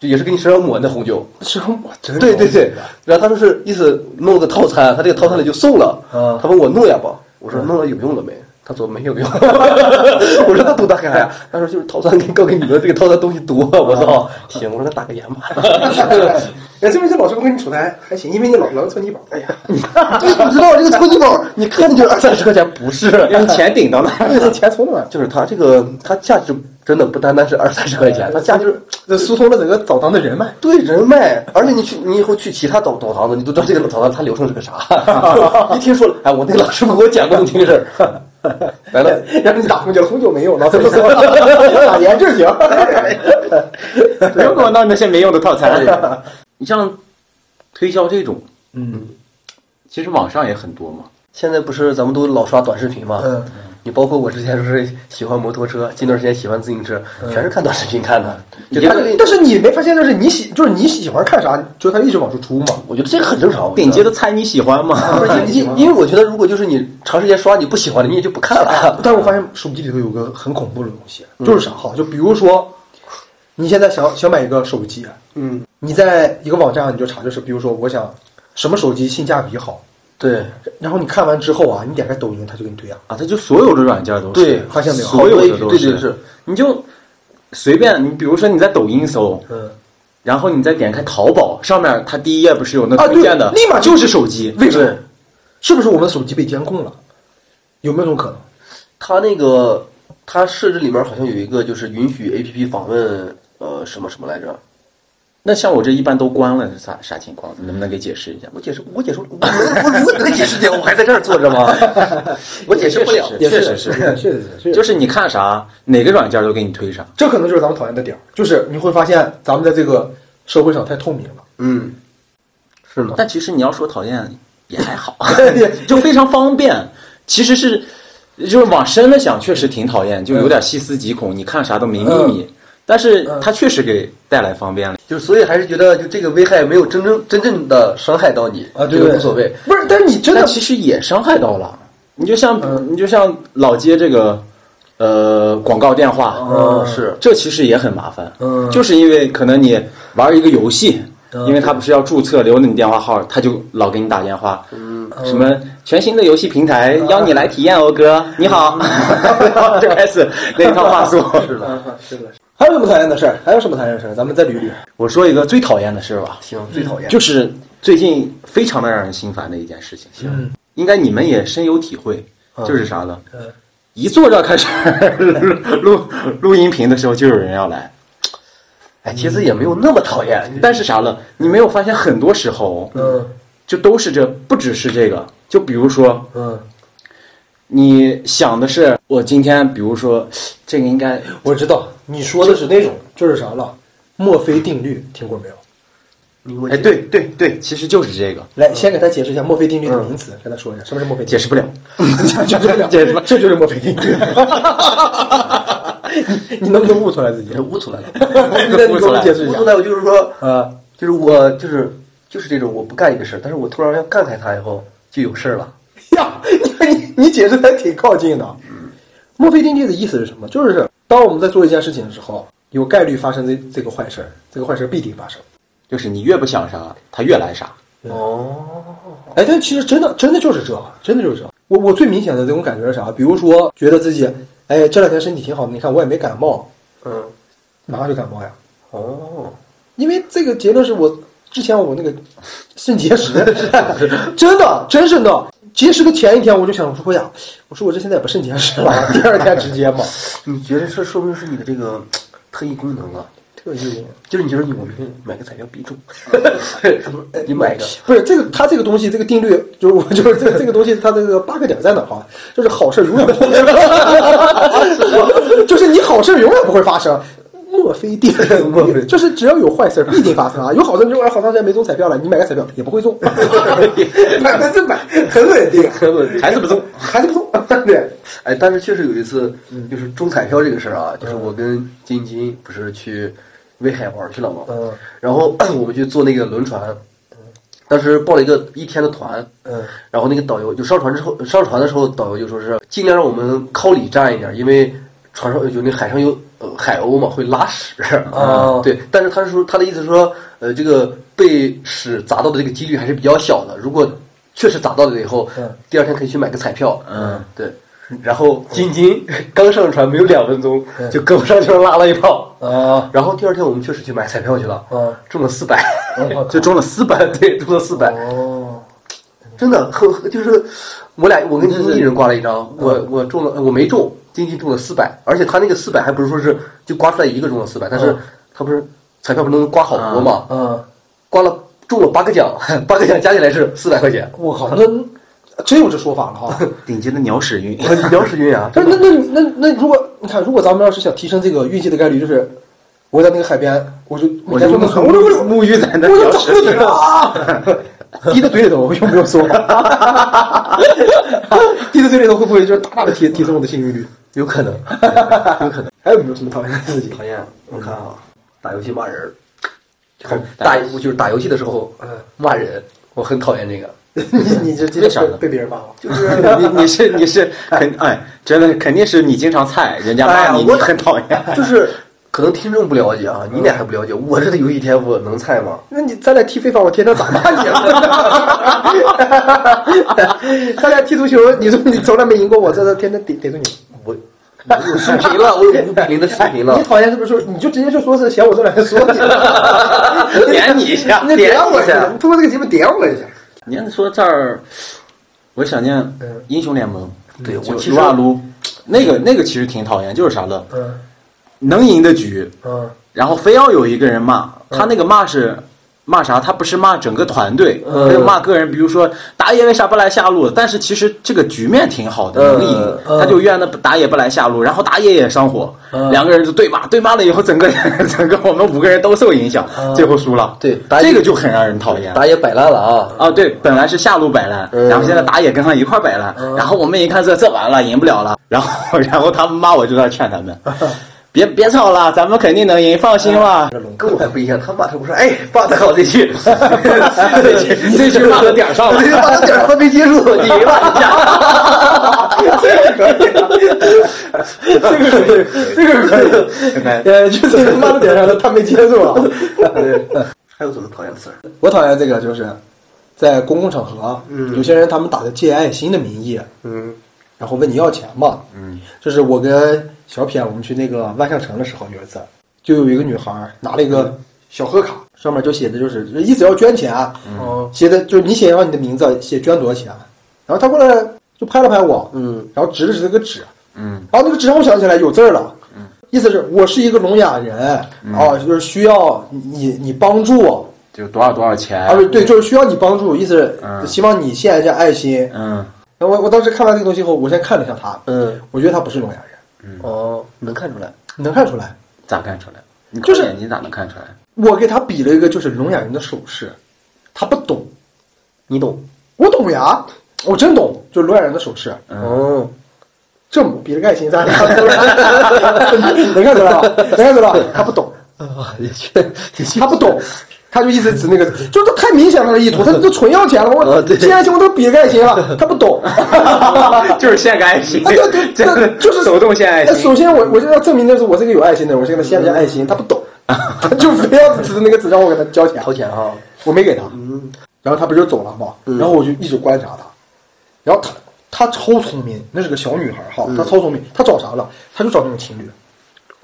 Speaker 2: 就也是给你身上抹的红酒。
Speaker 1: 师傅，我真
Speaker 2: 对对对，然后他说是意思弄了个套餐，他这个套餐里就送了。
Speaker 1: 嗯
Speaker 2: 他问我弄呀不？我说弄了有用了没？他说没有 <laughs> 用。我说那多大干啥呀？他说就是套餐给告给你们这个套餐东西多。我操，行，我说那打个盐吧。
Speaker 1: <laughs> 哎，这边这老师不跟你处的还还行，因为你老老搓泥宝。哎呀，
Speaker 2: <laughs> 你不知道这个搓泥宝，你看着 <laughs> 就是二三十块钱，不是？
Speaker 3: 用钱顶到那儿。
Speaker 1: 这钱从哪儿来？
Speaker 2: <laughs> 就是它这个它价值真的不单单是二三十块钱，它价值
Speaker 1: 这疏通了整个澡堂的人脉。
Speaker 2: 对人脉，而且你去，你以后去其他澡澡堂子，你都知道这个澡堂它流程是个啥。 <laughs> 一听说了，哎，我那老师傅给我讲过你这个事儿， <laughs> 来了，
Speaker 1: <laughs> 然后你打红酒，红酒没用，老师傅说打盐就行。
Speaker 3: 不用给我弄那些没用的套餐。你像推销这种，
Speaker 1: 嗯，
Speaker 3: 其实网上也很多嘛。
Speaker 2: 现在不是咱们都老刷短视频吗？
Speaker 1: 嗯，
Speaker 2: 你包括我之前说是喜欢摩托车，近段时间喜欢自行车，全是看短视频看的。就他这个，
Speaker 1: 但是你没发现，就是你喜，就是你喜欢看啥，就他一直往出出嘛。
Speaker 2: 我觉得这个很正常。我觉得
Speaker 3: 顶级的菜你喜欢吗？
Speaker 2: 不是因因因为我觉得如果就是你长时间刷你不喜欢的，你也就不看了。 <laughs>
Speaker 1: 但是我发现手机里头有个很恐怖的东西，就是啥哈，就比如说，你现在想想买一个手机，
Speaker 2: 嗯，
Speaker 1: 你在一个网站上你就查，就是比如说我想什么手机性价比好，
Speaker 2: 对，
Speaker 1: 然后你看完之后啊，你点开抖音，他就给你推啊。
Speaker 3: 啊，它就所有的软件都是，
Speaker 1: 对发现没有
Speaker 3: 所有的都
Speaker 2: 对对对是，
Speaker 3: 你就随便，你比如说你在抖音搜，
Speaker 1: 嗯，
Speaker 3: 然后你再点开淘宝，上面它第一页不是有那
Speaker 1: 啊对
Speaker 3: 推荐的，
Speaker 1: 立马就
Speaker 3: 就是手机，
Speaker 1: 嗯为什么？是不是我们的手机被监控了？有没有这种可能？
Speaker 2: 他那个他设置里面好像有一个就是允许 A P P 访问呃什么什么来着？
Speaker 3: 那像我这一般都关了，是啥啥情况？你能不能给解释一下？
Speaker 2: 我解释，我解释，我我如何能解释掉？我还在这儿坐着
Speaker 3: <laughs>
Speaker 2: 吗？我解释不了。
Speaker 3: 也确实是
Speaker 1: 确实是，
Speaker 3: 就是你看啥，哪个软件都给你推啥。
Speaker 1: 这可能就是咱们讨厌的点儿，就是你会发现咱们在这个社会上太透明了。
Speaker 2: 嗯，是呢。
Speaker 3: 但其实你要说讨厌也还好，就非常方便。其实是就是往深了想，确实挺讨厌，就有点细思极恐。你看啥都没秘密，但是它确实给带来方便了。
Speaker 2: 就所以还是觉得就这个危害没有真正真正的伤害到你
Speaker 1: 啊，对
Speaker 2: 这
Speaker 1: 对，
Speaker 2: 个无所谓。
Speaker 1: 不是，但是你真
Speaker 3: 但
Speaker 1: 的，
Speaker 3: 其实也伤害到了。你就像、你就像老接这个呃广告电话，
Speaker 2: 嗯是
Speaker 3: 这其实也很麻烦。
Speaker 1: 嗯
Speaker 3: 就是因为可能你玩一个游戏。因为他不是要注册留你电话号，他就老给你打电话。嗯，什么全新的游戏平台邀你来体验哦，哥，你好， <laughs> 就开始那一套话术。是的，
Speaker 1: 是的，还有什么讨厌的事儿？还有什么讨厌的事儿？咱们再捋捋。
Speaker 3: 我说一个最讨厌的事儿吧，
Speaker 2: 行，最讨厌
Speaker 3: 就是最近非常的让人心烦的一件事情。
Speaker 1: 嗯，
Speaker 3: 应该你们也深有体会，就是啥 <laughs> 呢？一坐这儿开始录录音频的时候，就有人要来。
Speaker 2: 哎，其实也没有那么讨厌。
Speaker 3: 但是啥了？你没有发现很多时候，
Speaker 1: 嗯
Speaker 3: 就都是这，不只是这个。就比如说，
Speaker 1: 嗯，
Speaker 3: 你想的是我今天，比如说这个应该，
Speaker 1: 我知道你说的是那种，就是啥了？墨菲定律听过没有？
Speaker 2: 你我
Speaker 3: 哎，对对对，其实就是这个，
Speaker 1: 来，先给他解释一下墨菲定律的名词，跟他说一下什么是墨菲定
Speaker 3: 解
Speaker 1: 律。
Speaker 3: 释不 <laughs> 了。
Speaker 1: 解释不了，
Speaker 3: 解释不了
Speaker 1: 这就是墨菲定律。你你能不能悟出来自己？
Speaker 2: 这悟出来了，
Speaker 1: 那你给我们解释一
Speaker 2: 悟
Speaker 1: 下
Speaker 2: 出。来我就是说，
Speaker 1: 啊，
Speaker 2: 就是我就是就是这种我不干一个事儿，但是我突然要干开它以后就有事儿了。
Speaker 1: <laughs> 呀，你你你解释的还挺靠近的。墨菲定律的意思是什么？就是当我们在做一件事情的时候，有概率发生这这个坏事儿，这个坏事儿必定发生。
Speaker 3: 就是你越不想啥，他越来啥。
Speaker 1: 哎，但其实真的真的就是这，真的就是这。我我最明显的这种感觉是啥？比如说，觉得自己哎这两天身体挺好的，你看我也没感冒，
Speaker 2: 嗯，
Speaker 1: 马上就感冒呀。
Speaker 2: 哦，
Speaker 1: 因为这个结论是我之前我那个肾结石，真的真是的。结石的前一天我就想，我说哎呀，我说我这现在也不肾结石了，第二天直接嘛，
Speaker 2: 你觉得这说明是你的这个特异功能啊？
Speaker 1: 特异功
Speaker 2: 就是你觉得你我明天买个彩票必中， <laughs> 什么？
Speaker 1: 哎
Speaker 2: 你买个
Speaker 1: 不是这个，它这个东西，这个定律就是我就是这个这个东西，它这个 bug 点在哪儿哈？就是好事儿永远不会， <laughs> 就是你好事儿永远不会发生。墨菲定
Speaker 2: 墨菲
Speaker 1: 律就是只要有坏事儿必定发生啊！有好事儿，你说哎好长时间没中彩票了，你买个彩票也不会中，百分之百很稳定，
Speaker 2: 很稳定
Speaker 3: 还是不中，
Speaker 1: <laughs> 还是不中。对，
Speaker 2: 哎，但是确实有一次，
Speaker 1: 嗯
Speaker 2: 就是中彩票这个事儿啊，就是我跟金金不是去威海玩去了嘛，
Speaker 1: 嗯
Speaker 2: 然后 <clears throat> 我们去坐那个轮船，当时报了一个一天的团，
Speaker 1: 嗯
Speaker 2: 然后那个导游就上船之后，上船的时候导游就说是尽量让我们靠里站一点，因为船上有那海上有、呃、海鸥嘛，会拉屎 <laughs> 啊
Speaker 1: 哦
Speaker 2: 对，但是他是说他的意思是说，呃，这个被屎砸到的这个几率还是比较小的，如果确实砸到了以后，
Speaker 1: 嗯
Speaker 2: 第二天可以去买个彩票，
Speaker 3: 嗯，
Speaker 2: 对。然后
Speaker 1: <laughs>
Speaker 2: 金金刚上船没有两分钟，
Speaker 1: 嗯
Speaker 2: 就胳膊上就拉了一泡。
Speaker 1: 啊，
Speaker 2: 然后第二天我们确实去买彩票去了，
Speaker 1: 嗯
Speaker 2: <laughs> 中了四百，
Speaker 1: 嗯
Speaker 3: 就中了四百。
Speaker 2: 对，中了四百，
Speaker 1: 哦，
Speaker 2: 真的很就是我俩我跟金金一人刮了一
Speaker 1: 嗯
Speaker 2: 张，我我中了，我没中，金金中了四百，而且他那个四百还不是说是就刮出来一个中了四百，但是
Speaker 1: 嗯
Speaker 2: 他不是彩票不能刮好多嘛，
Speaker 1: 嗯，
Speaker 2: 刮了中了八个奖，八个奖加起来是四百
Speaker 1: <laughs>
Speaker 2: 块钱，
Speaker 1: 我靠，那真有这说法了哈。
Speaker 3: 顶级的鸟屎运，
Speaker 2: 我鸟屎运啊！
Speaker 1: 不是那那那那，如果你看，如果咱们要是想提升这个运气的概率，就是我在那个海边，我就每天
Speaker 3: 就
Speaker 1: 都能我就我就
Speaker 3: 沐浴在那
Speaker 1: 我就
Speaker 3: 鸟
Speaker 1: 长
Speaker 3: 屎
Speaker 1: 个
Speaker 3: 运
Speaker 1: 嘴啊，滴到嘴里头，我用不用说？滴到嘴里头会不会就是大大的提提升我的幸运率？
Speaker 2: 有可能
Speaker 1: <laughs> 还有没有什么讨厌的事情？
Speaker 2: 讨厌，我看啊，打游戏骂人儿，打我就是打游戏的时候
Speaker 1: 嗯
Speaker 2: 骂人，我很讨厌这个。
Speaker 1: <laughs> 你你这这
Speaker 3: 为啥呢
Speaker 1: 被被别人骂了？
Speaker 2: 就是
Speaker 3: 你 <laughs> 你是你是肯哎，真的肯定是你经常菜，人家
Speaker 2: 哎
Speaker 3: 骂
Speaker 2: 呀
Speaker 3: 你，你
Speaker 2: 我
Speaker 3: 很讨厌。
Speaker 2: 就是哎可能听众不了解啊，你俩还不了解，我这个游戏天赋能菜吗？
Speaker 1: <laughs> 那你咱俩踢非法，我天天咋骂你啊了？ <laughs> 咱俩踢足球，你说你从来没赢过我，这这天天逮逮住你。
Speaker 2: 我我有视频 <laughs> 了，我有五百零的视频了
Speaker 1: 你。讨厌是不是说你就直接就说是嫌我这两天说你，
Speaker 3: 点你一下
Speaker 1: 你点我一
Speaker 2: 哎点
Speaker 1: 下
Speaker 2: 我一，下
Speaker 1: 通过这个节目点我一下。
Speaker 3: 你要说这儿，我想念
Speaker 1: 嗯
Speaker 3: 英雄联盟，
Speaker 2: 对我
Speaker 3: 就
Speaker 2: 其实
Speaker 3: 撸啊撸，那个那个其实挺讨厌，就是啥了，
Speaker 1: 嗯 <laughs>
Speaker 3: 能赢的局，
Speaker 1: 嗯
Speaker 3: 然后非要有一个人骂，他那个骂是骂啥？他不是骂整个团队，
Speaker 1: 嗯
Speaker 3: 还有骂个人，比如说打野为啥不来下路？但是其实这个局面挺好的，
Speaker 2: 嗯
Speaker 3: 能赢，
Speaker 1: 嗯
Speaker 3: 他就怨那打野不来下路，然后打野也上火，
Speaker 1: 嗯
Speaker 3: 两个人就对骂，对骂了以后，整个 <laughs> 整个我们五个人都受影响，
Speaker 1: 嗯
Speaker 3: 最后输了。
Speaker 2: 对打野
Speaker 3: 这个就很让人讨厌。
Speaker 2: 打野摆烂了啊！
Speaker 3: 啊，对，本来是下路摆烂，
Speaker 2: 嗯
Speaker 3: 然后现在打野跟上一块摆烂，然后我们一看这这完了，赢不了了，然后 <laughs> 然后他们骂我就在劝 <laughs> 他们，别别吵了，咱们肯定能赢，放心吧。
Speaker 2: 跟我还不一样，他骂他我说哎，骂的好这
Speaker 3: <laughs>
Speaker 2: 句，
Speaker 3: 你这句骂到点儿上了
Speaker 2: 我这句骂到点儿上没结束，你没骂一下，
Speaker 1: 这个可以，这个可以。呃，就是骂到点上了，他没接住啊。
Speaker 2: 还有什么讨厌的事儿？
Speaker 1: 我讨厌这个就是，在公共场合，啊有些人他们打着借爱心的名义，
Speaker 2: 嗯，
Speaker 1: 然后问你要钱嘛。嗯，就是我跟小撇我们去那个万象城的时候，有一次就有一个女孩儿拿了一个小贺卡，上面就写的就是意思要捐钱，啊
Speaker 2: 哦，
Speaker 1: 写的就是你写上你的名字，写捐多少钱，啊然后他过来就拍了拍我，
Speaker 2: 嗯，
Speaker 1: 然后指了指这个纸，
Speaker 3: 嗯，
Speaker 1: 然后那个纸上我想起来有字儿了，嗯，意思是我是一个聋哑人啊，就是需要你你帮助我
Speaker 3: <laughs> 就多少多少钱
Speaker 1: 啊，不是对，就是需要你帮助，意思
Speaker 3: 哎嗯
Speaker 1: 是希望你献一下爱心。
Speaker 3: 嗯，
Speaker 1: 然后我我当时看完这个东西后，我先看了一下他，
Speaker 2: 嗯，
Speaker 1: 我觉得他不是聋哑人，
Speaker 2: 哦，能看出来，
Speaker 1: 你能看出来。
Speaker 3: 咋看出来？你
Speaker 1: 就是
Speaker 3: 靠眼睛咋能看出来？
Speaker 1: 我给他比了一个就是聋哑人的手势，他不懂，
Speaker 2: 你懂。
Speaker 1: 我懂呀，我真懂，就是聋哑人的手势。
Speaker 3: 嗯
Speaker 2: 哦，
Speaker 1: 这么比了个爱心，咱俩 <laughs> 能看出来吧？啊能看出来吧？他不懂，
Speaker 2: 啊，也确，也确 <laughs>
Speaker 1: 他不懂，他就一直指那个，就是他太明显了他的意图，他就纯要钱了。
Speaker 2: 啊
Speaker 3: 哦
Speaker 1: 我
Speaker 2: 对
Speaker 1: 献爱心我都比了个爱心了，他不懂。
Speaker 3: <laughs>
Speaker 1: <laughs>
Speaker 3: 就是献个爱心
Speaker 1: 啊，对
Speaker 3: <laughs>
Speaker 1: 对，对，就是
Speaker 3: 手动献爱
Speaker 1: 呃
Speaker 3: 心。
Speaker 1: 首先我，我就要证明的是我是一个有爱心的人，我先给他献一下爱心，他不
Speaker 3: <laughs>
Speaker 1: 懂，他就非要指着那个纸让我给他交钱，
Speaker 2: 掏钱啊，
Speaker 1: 我没给他，然后他不就走了吗？然后我就一直观察他，然后他他超聪明，那是个小女孩哈，她超聪明，她找啥了？她就找那种情侣。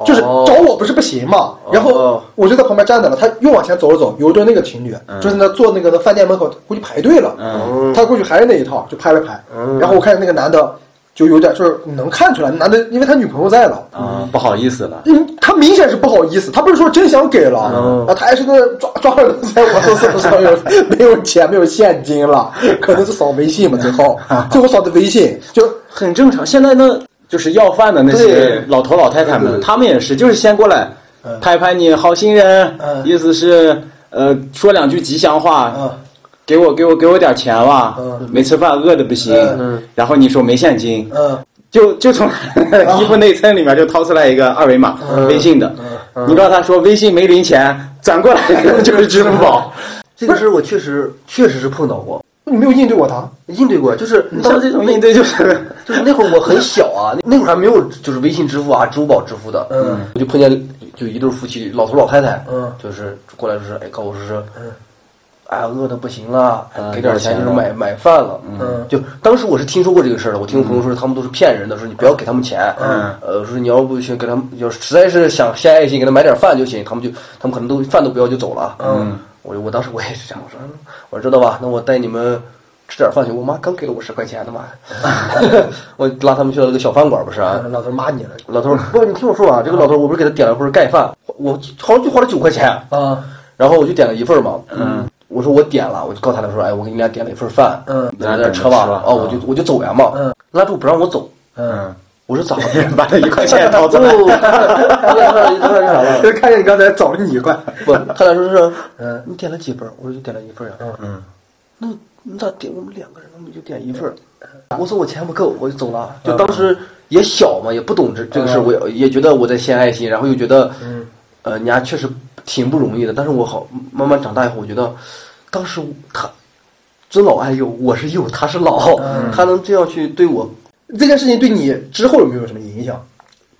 Speaker 1: 就是
Speaker 2: 哦
Speaker 1: 找我不是不行嘛，然后我就在旁边站着了，他又往前走了走，有一对那个情侣，就是那坐那个那饭店门口，估计排队了，
Speaker 3: 嗯
Speaker 1: 他过去还是那一套，就拍了拍，然后我看见那个男的就有点就是能看出来，男的因为他女朋友在了，
Speaker 3: 啊，不好意思了，
Speaker 1: 嗯，他明显是不好意思，他不是说真想给了，
Speaker 2: 嗯
Speaker 1: 啊，他还是在那抓抓耳朵在我手上有 <laughs> 没有钱，没有现金了，可能是扫微信嘛，最后
Speaker 2: 嗯
Speaker 1: 最后扫的微信就
Speaker 3: 很正常。现在那就是要饭的那些
Speaker 2: 对
Speaker 3: 老头老太太
Speaker 2: 对对
Speaker 3: 们，
Speaker 2: 对
Speaker 3: 他们也是，就是先过来拍拍你，好心人，
Speaker 1: 嗯
Speaker 3: 意思是呃说两句吉祥话，
Speaker 1: 嗯
Speaker 3: 给我给我给我点钱吧，
Speaker 1: 嗯
Speaker 3: 没吃饭饿的不行，
Speaker 1: 嗯
Speaker 3: 然后你说没现金，
Speaker 1: 嗯
Speaker 3: 就就从衣服内衬里面就掏出来一个二维码，微信的，你告诉他说微信没零钱，转过来 <laughs> 就是支付宝。
Speaker 2: 这个事儿我确实确实是碰到过，
Speaker 1: 你没有应对过他，
Speaker 2: 应对过，就是
Speaker 1: 嗯
Speaker 2: 你
Speaker 3: 像这种应对就是
Speaker 2: <laughs> 就是那会儿我很小啊，那那会儿还没有就是微信支付啊、支付宝支付的，
Speaker 1: 嗯，
Speaker 2: 我就碰见就一对夫妻，老头老太太，
Speaker 1: 嗯
Speaker 2: 就是过来就是哎告诉我说是，哎呀饿的不行了，哎
Speaker 3: 嗯
Speaker 2: 给点钱
Speaker 3: 要钱
Speaker 2: 就
Speaker 3: 了
Speaker 2: 是买买饭了，
Speaker 1: 嗯
Speaker 2: 就当时我是听说过这个事儿的，我听朋友说他们都是骗人的，说你不要给他们钱，
Speaker 3: 嗯
Speaker 2: 呃，说你要不去给他们，要是实在是想献爱心，给他买点饭就行，他们就他们可能都饭都不要就走了，嗯，我我当时我也是这样，我说嗯我说知道吧，那我带你们。吃点饭去，我妈 <laughs> 刚给了我十块钱呢嘛，我拉他们去了那个小饭馆不是、啊，
Speaker 1: 老头骂你了
Speaker 2: 老头儿，不，你听我说啊，这个老头儿，我不是给他点了份盖饭，我好像就花了九块钱，
Speaker 1: 啊，
Speaker 2: 然后我就点了一份嘛，嗯，我说我点了，我就告诉他说，哎，我给你俩点了一份饭，
Speaker 1: 嗯
Speaker 2: 你在这儿吃吧
Speaker 3: 咱俩等着吃吧，
Speaker 2: 哦，我就我就走呀嘛，
Speaker 1: 嗯，
Speaker 2: 拉住不让我走，
Speaker 3: 嗯，
Speaker 2: 我说咋了？
Speaker 3: <laughs> 把这一块钱
Speaker 2: <laughs>
Speaker 3: 掏出来，
Speaker 2: 哦他俩说他俩说啥了？
Speaker 1: 就 <laughs> 看见你刚才找了你一块，
Speaker 2: <laughs> 不，他俩说是，呃
Speaker 1: 嗯
Speaker 2: 你点了几份儿？我说就点了一份呀，
Speaker 3: 嗯，
Speaker 2: 那你咋点？我们两个人，我们就点一份儿。我说我钱不够，我就走
Speaker 1: 啊
Speaker 2: 了。就当时也小嘛，也不懂这这个事儿，
Speaker 1: 嗯
Speaker 2: 我也也觉得我在献爱心，然后又觉得，呃，人家确实挺不容易的。但是我好慢慢长大以后，我觉得，当时他尊老爱幼，我是幼，他是老，他能这样去对我，
Speaker 1: 嗯这件事情对你之后有没有什么影响？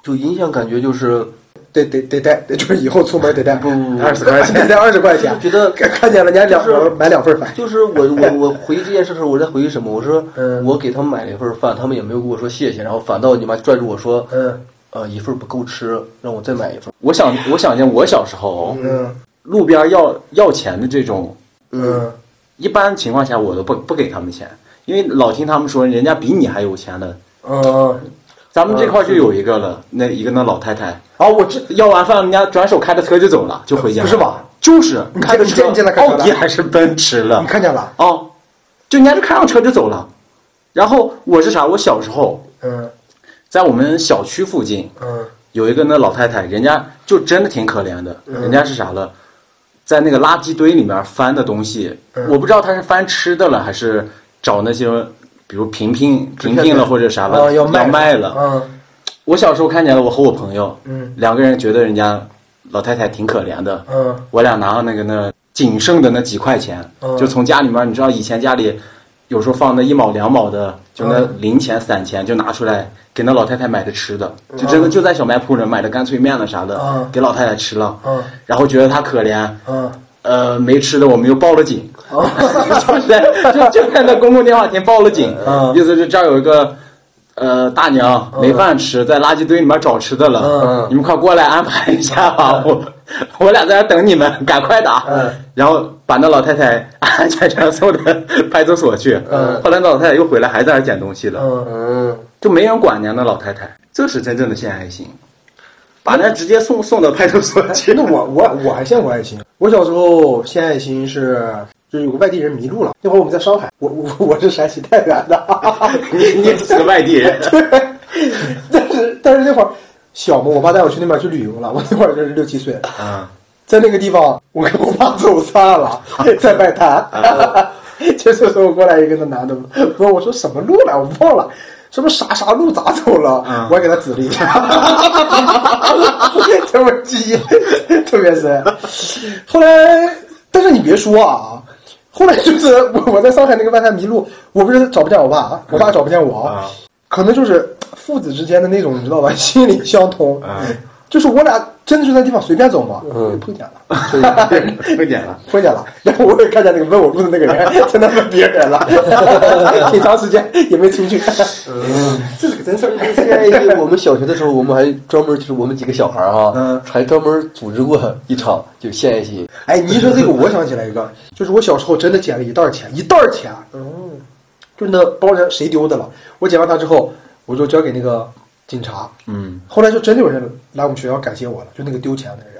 Speaker 2: 就影响感觉就是，
Speaker 1: 得得得带，就是以后出门得带不
Speaker 2: 不不
Speaker 1: 二十块钱，得带二十块钱。
Speaker 2: 觉得
Speaker 1: 看看见了，人家两
Speaker 2: 就是
Speaker 1: 份买两份饭，
Speaker 2: 就是我我我回忆这件事的时候，我在回忆什么？我说
Speaker 1: 嗯
Speaker 2: 我给他们买了一份饭，他们也没有跟我说谢谢，然后反倒你妈拽住我说，
Speaker 1: 嗯
Speaker 2: 呃，一份不够吃，让我再买一份。
Speaker 3: 我想我想见我小时候
Speaker 1: 嗯
Speaker 3: 路边要要钱的这种，
Speaker 1: 嗯
Speaker 3: 一般情况下我都不不给他们钱，因为老听他们说人家比你还有钱的。
Speaker 1: 嗯
Speaker 3: 咱们这块就有一个了，那一个那老太太
Speaker 1: 啊，我知
Speaker 3: 哦要完饭，人家转手开着车就走了，就回家了。
Speaker 1: 不是吧？
Speaker 3: 就是开着
Speaker 1: 你
Speaker 3: 车
Speaker 1: 见你见他，开车
Speaker 3: 奥
Speaker 1: 了
Speaker 3: 迪还是奔驰了
Speaker 1: 你？看见
Speaker 2: 嗯
Speaker 1: 了，
Speaker 3: 哦，就人家就开上车就走了。然后我是啥？我小时候
Speaker 1: 嗯
Speaker 3: 在我们小区附近
Speaker 1: 嗯
Speaker 3: 有一个那老太太，人家就真的挺可怜的，
Speaker 1: 嗯
Speaker 3: 人家是啥了？在那个垃圾堆里面翻的东西，
Speaker 1: 嗯
Speaker 3: 我不知道她是翻吃的了，还是找那些比如瓶瓶瓶瓶了或者啥
Speaker 1: 啊
Speaker 3: 了，
Speaker 1: 要卖
Speaker 3: 卖
Speaker 1: 了
Speaker 3: 了。
Speaker 1: 嗯
Speaker 3: 我小时候看见了，我和我朋友，
Speaker 1: 嗯
Speaker 3: 两个人觉得人家老太太挺可怜的，
Speaker 1: 嗯
Speaker 3: 我俩拿了那个那仅剩的那几块钱，
Speaker 1: 嗯
Speaker 3: 就从家里面，你知道以前家里有时候放那一毛两毛的，就那
Speaker 1: 嗯
Speaker 3: 零钱散钱，就拿出来给那老太太买的吃的，就真的就在小卖铺里买的干脆面了啥的，
Speaker 1: 嗯
Speaker 3: 给老太太吃了，
Speaker 1: 嗯
Speaker 3: 然后觉得她可怜，
Speaker 1: 嗯，
Speaker 3: 呃，没吃的我们又报了警，
Speaker 1: 哦
Speaker 3: <laughs> 就是在就就在那公共电话亭报了警，
Speaker 1: 嗯
Speaker 3: 意思是这儿有一个呃大娘没饭吃，在垃圾堆里面找吃的了，
Speaker 1: 嗯
Speaker 3: 你们快过来安排一下吧，我我俩在这儿等你们， <laughs> 赶快打，
Speaker 1: 嗯
Speaker 3: 然后把那老太 <laughs> 啊太安全上送到派出所去，后来那老太太又回来还在那儿捡东西了，
Speaker 1: 嗯
Speaker 2: 嗯，
Speaker 3: 就没人管人家那老太太，这是真正的献爱心。把那直接送送到派出所
Speaker 1: <laughs>
Speaker 3: 去。
Speaker 1: 那我我我还献过爱心，我小时候献爱心是。就是有个外地人迷路了，那会儿我们在上海，我我我是山西太原的，
Speaker 3: <laughs> 你你是个外
Speaker 1: <laughs>
Speaker 3: 地人，
Speaker 1: 对，但是但是那会儿小嘛，我爸带我去那边去旅游了，我那会儿就是六七岁，
Speaker 3: 啊，
Speaker 1: 在那个地方我跟我爸走散了，在外滩， <laughs> 这时候过来一个那男的问我说什么路来，我忘了。什么啥啥路咋走了？
Speaker 3: 嗯
Speaker 1: 我还给他指了一下， <laughs> 这我记忆特别深。后来，但是你别说啊，后来就是 <laughs> 我我在上海那个外滩迷路，我不是找不见我爸，我爸找不见我，
Speaker 3: 啊
Speaker 1: 可能就是父子之间的那种，你知道吧，心灵相通。
Speaker 3: 嗯
Speaker 1: 就是我俩真的是在地方随便走嘛，嗯、碰见了，
Speaker 3: 不点了。
Speaker 1: 碰见了， <laughs> 然后我也看见那个问我路的那个 <laughs> 人在那问别人了， <laughs> 挺长时间也没出去。嗯， <laughs> 这是个真事儿。
Speaker 2: 这个因为我们小学的时候，我们还专门就是我们几个小孩儿哈、
Speaker 1: 嗯
Speaker 2: 还专门组织过一场就献爱心。
Speaker 1: 哎，你一说这个，我想起来一个，就是我小时候真的捡了一袋儿钱，一袋儿钱，啊就是那包里谁丢的了，我捡完它之后，我就交给那个警察。
Speaker 3: 嗯，
Speaker 1: 后来就真的有人来我们学校感谢我了，就那个丢钱的那个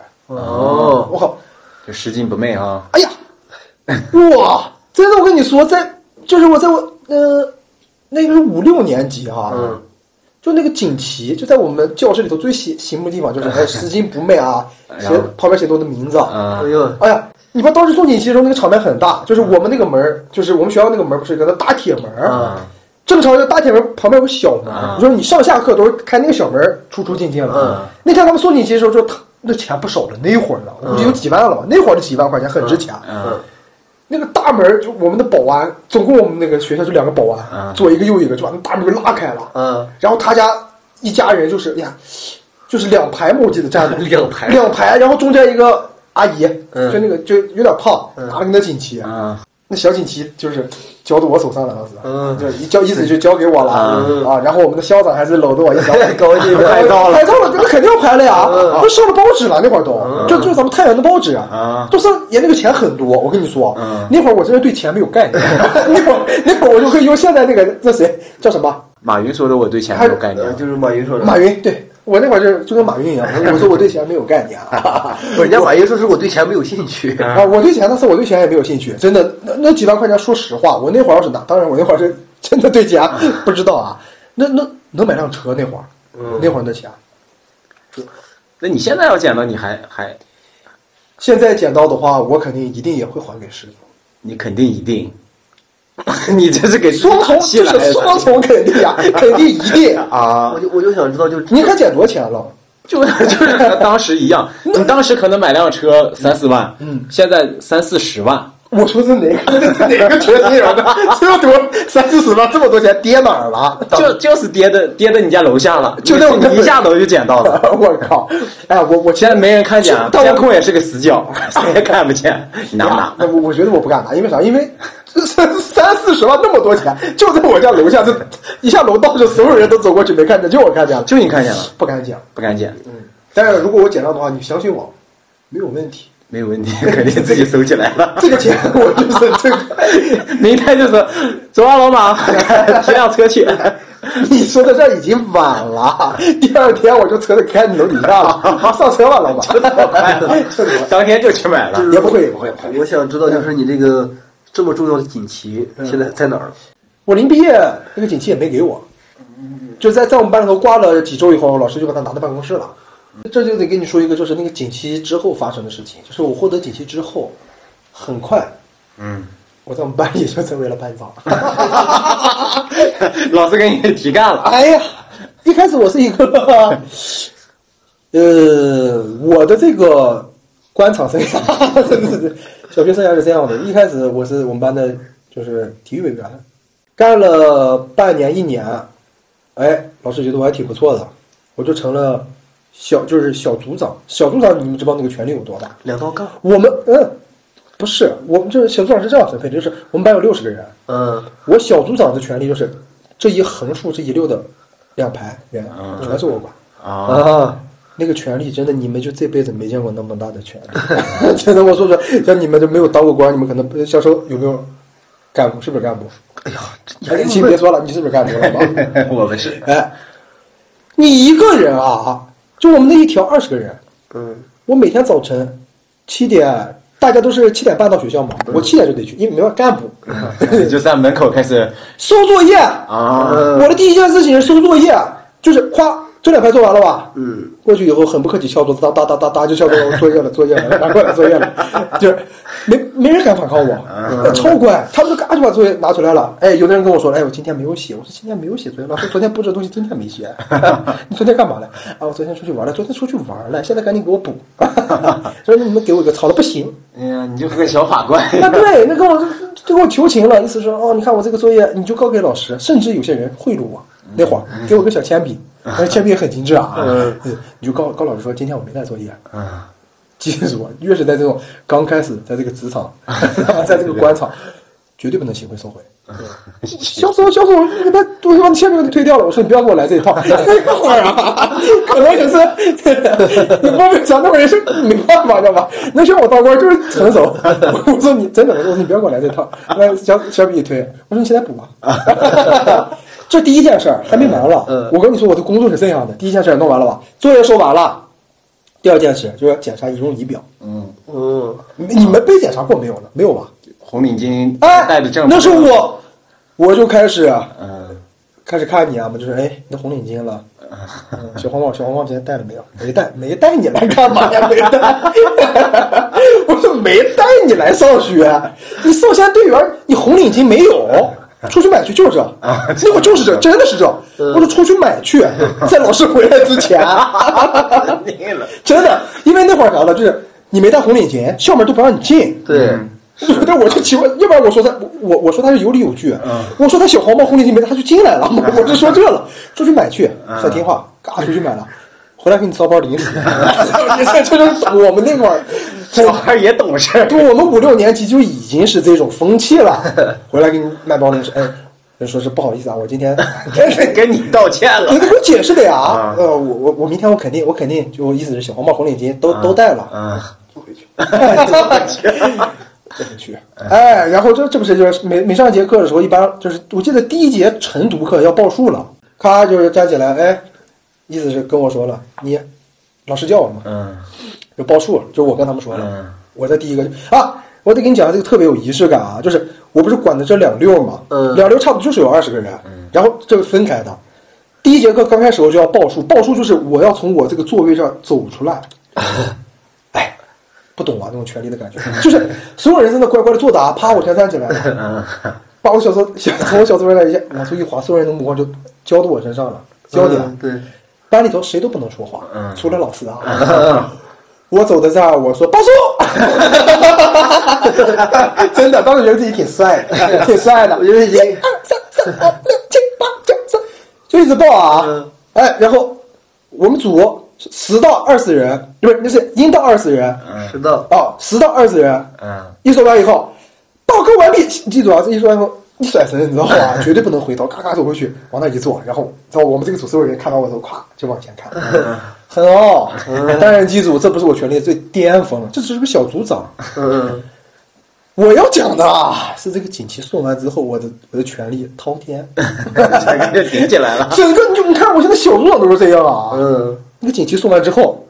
Speaker 1: 人。
Speaker 2: 哦，
Speaker 1: 我靠，
Speaker 3: 这拾金不昧啊！
Speaker 1: 哎呀，哇！真的，我跟你说，在就是我在我呃，那个是五六年级哈、
Speaker 2: 嗯，
Speaker 1: 就那个锦旗，就在我们教室里头最醒醒目的地方，就是哎，拾金不昧啊，写
Speaker 3: 然后
Speaker 1: 旁边写多的名字，
Speaker 3: 啊
Speaker 2: 哎，呦，
Speaker 1: 哎呀，你们当时送锦旗的时候，那个场面很大，就是我们那个门儿，就是我们学校那个门儿，不是有个大铁门儿。
Speaker 2: 啊
Speaker 1: 正常的大铁门儿旁边有个小门
Speaker 3: 啊
Speaker 1: 儿，就是你上下课都是开那个小门儿出出进进的。
Speaker 2: 嗯
Speaker 1: 那天他们送锦旗的时候就，他那钱不少了，那会儿呢，我估计有几万了吧，那会儿就几万块钱，很值钱。
Speaker 2: 啊
Speaker 3: 嗯
Speaker 1: 那个大门儿就我们的保安，总共我们那个学校就两个保安，
Speaker 2: 啊
Speaker 3: 嗯
Speaker 1: 左一个右一个，就把那大门拉开了。
Speaker 2: 嗯
Speaker 1: 然后他家一家人就是哎呀，就是两排嘛，我记得站的
Speaker 2: 两排
Speaker 1: 两排，然后中间一个阿姨，
Speaker 2: 嗯
Speaker 1: 就那个就有点胖，拿了个那锦旗，
Speaker 3: 嗯啊，
Speaker 1: 那小锦旗就是交到我手上了，当时，
Speaker 2: 嗯
Speaker 1: 就一交一死就交给我了
Speaker 3: 嗯
Speaker 1: 啊。然后我们的校长还是搂着我
Speaker 3: <laughs>
Speaker 1: 一小。
Speaker 2: 高兴
Speaker 3: 拍照了
Speaker 1: 拍照了，那肯定要拍了呀！啊都上了报纸了，那会儿都，这就是咱们太原的报纸
Speaker 3: 嗯
Speaker 1: 都上也那个钱很多，我跟你说
Speaker 3: 嗯，
Speaker 1: 那会儿我真的对钱没有概
Speaker 3: <laughs>
Speaker 1: 念，那会儿那会儿我就可以用现在那个那谁叫什么
Speaker 3: 马云说的，我对钱没有概念。
Speaker 2: 呃就是马云说的，
Speaker 1: 马云，对我那会儿就就跟马云一样，我我说我对钱没有概念啊，
Speaker 2: 不人家马云说是我对钱没有兴趣。
Speaker 1: 啊，我对钱那次我对钱也没有兴趣，真的，那那几万块钱，说实话，我那会儿要是拿，当然我那会儿是 <laughs> 真的对钱不知道啊，那那能买辆车那会儿，那会儿那钱，
Speaker 3: <laughs> 那你现在要捡到，你还还，
Speaker 1: 现在捡到的话，我肯定一定也会还给师傅，
Speaker 3: 你肯定一定， <laughs> 你这是给
Speaker 1: 双重
Speaker 3: 气来
Speaker 1: 就
Speaker 3: 的
Speaker 1: 是双重肯定啊，肯定一定， <laughs>
Speaker 3: 啊
Speaker 2: 我！就我就想知道，就
Speaker 1: 你可捡多少钱了？
Speaker 3: <laughs> 就就是和当时
Speaker 2: <laughs>
Speaker 3: 一样，你当时可能买辆车三四万，
Speaker 1: 嗯，
Speaker 3: 现在三四十万，
Speaker 1: 我说是哪个 <laughs> 哪个啊缺心眼的， <laughs> 这么多三四十万，这么多钱跌哪儿了？
Speaker 3: 就就是跌的跌到你家楼
Speaker 2: <laughs>
Speaker 3: 下了，
Speaker 1: 就那种
Speaker 3: 你一下楼就捡到了。
Speaker 1: <laughs> 我靠！哎，我我
Speaker 3: 现在没人看见啊，
Speaker 1: 但我
Speaker 3: 监控也是个死
Speaker 2: <laughs>
Speaker 3: 角，谁也看不见，你拿不拿？
Speaker 1: 那我我觉得我不敢拿，因为啥？因为三三四十万那么多钱，就在我家楼下，这一下楼道就所有人都走过去没看见，就我看见了，
Speaker 3: 就你看见了，
Speaker 1: 不敢讲。嗯
Speaker 3: 不敢捡，
Speaker 1: 但是如果我捡到的话，你相信我，没有问题。
Speaker 3: 没有问题，肯定自己收起来
Speaker 2: <laughs>
Speaker 3: 了。
Speaker 1: 这个
Speaker 3: <laughs>
Speaker 1: 钱我就是这个，
Speaker 3: 明天就是走啊，老马，提辆车去。
Speaker 1: 你说到这儿已经晚了。第二天我就车子开你楼底下了，上车吧，老板。 <laughs>
Speaker 3: 当天就去买了。
Speaker 1: 也不会，也不会，也不会。
Speaker 2: 我想知道，就是你这个这么重要的锦旗现在在哪儿？
Speaker 1: 我临毕业那个锦旗也没给我，就在在我们班里头挂了几周以后，老师就把它拿到办公室了。这就得跟你说一个，就是那个锦旗之后发生的事情。就是我获得锦旗之后，很快
Speaker 3: 嗯，
Speaker 1: 我在我们班里就成为了班长。
Speaker 3: 老师给你提干了。
Speaker 1: 哎呀，一开始我是一个， <laughs> 呃，我的这个官场生涯，真是呃小学生涯是这样的。一开始我是我们班的，就是体育委员，干了半年一年，哎，老师觉得我还挺不错的，我就成了小，就是小组长。小组长，你们知道那个权力有多大？
Speaker 2: <laughs> 两
Speaker 3: <laughs>
Speaker 2: 道杠。
Speaker 1: 我们嗯，不是，我们就是小组长是这样分配的，就是我们班有六十个人，
Speaker 2: 嗯
Speaker 1: 我小组长的权利就是这一横竖这一溜的两排人
Speaker 3: 嗯
Speaker 1: 全是我管。
Speaker 3: 啊，
Speaker 2: 啊，
Speaker 1: 那个权利真的，你们就这辈子没见过那么大的权利，真的，我说出来，像你们就没有当过官，你们可能不小时候有没有干部？是不是干部？哎呀，你 <laughs> 别说了，你是不是干部了吧？
Speaker 3: 我们是
Speaker 1: 哎，你一个人啊，就我们那一条二十个人，
Speaker 2: 嗯，
Speaker 1: 我每天早晨七点，大家都是七点半到学校嘛，我七点就得去，因为没有干部， <laughs>
Speaker 3: 就在门口开始
Speaker 1: 收作业。
Speaker 3: 啊，
Speaker 2: 嗯
Speaker 1: 我的第一件事情是收作业，就是夸这两排做完了吧？
Speaker 2: 嗯，
Speaker 1: 过去以后很不客气敲桌子，哒哒哒哒哒就敲桌子，作业了，作业
Speaker 2: <laughs>
Speaker 1: 了，拿过来作业了，就是没没人敢反抗
Speaker 2: 嗯
Speaker 1: 我，超乖，他们就嘎就把作业拿出来了。哎，有的人跟我说，哎，我今天没有写，我说今天没有写作业，老师昨天布置的东西今天没写， <laughs> 你昨天干嘛了？啊，我昨天出去玩了，昨天出去玩了，现在赶紧给我补。 <laughs> 所以你们给我一个操了，不行，
Speaker 3: 哎呀，你就是个小法官，
Speaker 1: <laughs> 那对，那跟我就跟我求情了，意思说哦，你看我这个作业，你就告给老师，甚至有些人贿赂我。那会儿给我个小铅笔，那铅笔也很精致啊，嗯 <laughs> 你就告告老师说今天我没带作业。
Speaker 3: 啊，
Speaker 1: 记住啊，越是在这种刚开始在这个职场，在这个官场，绝对不能行贿受贿。 <laughs> 销售，销售，我给他，我就把铅笔给他推掉了。我说你不要给我来这一套，哎等会儿啊， <laughs> 可能也是， <laughs> 你不会想那会儿也是没办法，知道吧？能选我当官就是成熟。我说你真的，我说你不要给我来这套。那小小笔一推，我说你现在补吧。 <laughs> 这第一件事儿还没完了，我跟你说我的工作是这样的：第一件事儿弄完了吧，作业收完了，第二件事就是要检查仪容仪表。
Speaker 3: 嗯，
Speaker 2: 嗯，
Speaker 1: 你你们被检查过没有呢？没有吧？
Speaker 3: <laughs> 红领巾
Speaker 2: 啊
Speaker 1: 哎，
Speaker 3: 戴着正，
Speaker 1: 那是，我，我就开始啊
Speaker 3: 嗯，
Speaker 1: 开始看你啊嘛，就是哎，你的红领巾了，嗯小黄帽，小黄帽今天戴了没有？没戴，没戴，你来干嘛呀？没戴， <laughs> 我说没带你来上学，你少先队员，你红领巾没有。出去买去就是这，那会儿就是这，真的是这。我说出去买去，在老师回来之前，真的，因为那会儿啥呢，就是你没戴红领巾，校门都不让你进。
Speaker 2: 对，
Speaker 1: 但我就奇怪，要不然我说他，我我说他是有理有据，啊我说他小黄帽红领巾没戴，他就进来了，我就说这了，出去买去，很听话，嘎出去买了，回来给你骚包零食，你这这就是我们那会儿，真
Speaker 3: 小孩也懂事儿，
Speaker 1: 对我们五六年级就已经是这种风气了，回来给你卖包零食，哎，人说是不好意思啊，我今天 <laughs>
Speaker 3: 跟你道歉了
Speaker 2: 嗯
Speaker 1: 你。得给我解释的呀！呃，我我我明天我肯定我肯定就我意思是小黄帽红领巾都都戴了， <laughs>
Speaker 3: 啊，
Speaker 1: 去，哎，然后这这不是就是每每上一节课的时候，一般就是我记得第一节晨读课要报数了，咔就是站起来，哎，意思是跟我说了，你老师叫我嘛，
Speaker 3: 嗯
Speaker 1: 就报数，就是我跟他们说了，
Speaker 3: 嗯
Speaker 1: 我在第一个就啊，我得跟你讲这个特别有仪式感啊，就是我不是管的这两溜嘛，
Speaker 2: 嗯
Speaker 1: 两溜差不多就是有二十个人，然后这个分开的，第一节课刚开始我就要报数，报数就是我要从我这个座位上走出来，哎，不懂啊，那种权力的感觉，就是所有人在那乖乖的作答，啪，我全站起来了，
Speaker 3: 嗯，
Speaker 1: 把我小桌小从我小座位上一下往出一滑，所有人的目光就交到我身上了，焦点。
Speaker 2: 嗯对，
Speaker 1: 班里头谁都不能说话，
Speaker 3: 嗯
Speaker 1: 除了老师啊。我走在这儿，我说报数， <laughs> 真的，当时觉得自己挺帅的，挺帅的，
Speaker 2: 我觉得已经
Speaker 1: 一二三四五六七八九十，就一直报啊，
Speaker 2: 嗯
Speaker 1: 哎，然后我们组十到二十人，不是，那是应到二十人，
Speaker 2: 迟到，
Speaker 1: 哦，十到二十人，
Speaker 3: 嗯，
Speaker 1: 一说完以后，报告完毕，记住啊，这一说完以后，一甩身，你知道吧？绝对不能回头，咔咔走过去，往那一坐，然后，然后我们这个组所有人看到我的时候，咵就往前看，很傲。 <laughs> 当然，记住，这不是我权力的最巅峰，这只是个小组长。
Speaker 2: 嗯，
Speaker 1: 我要讲的啊，是这个锦旗送完之后，我的我的权力滔天，
Speaker 3: 整 <laughs> 个就嗯顶起来
Speaker 1: <laughs>
Speaker 3: 了。
Speaker 1: 整个你就你看我现在小组长都是这样啊，
Speaker 2: 嗯，
Speaker 1: 那个锦旗送完之后，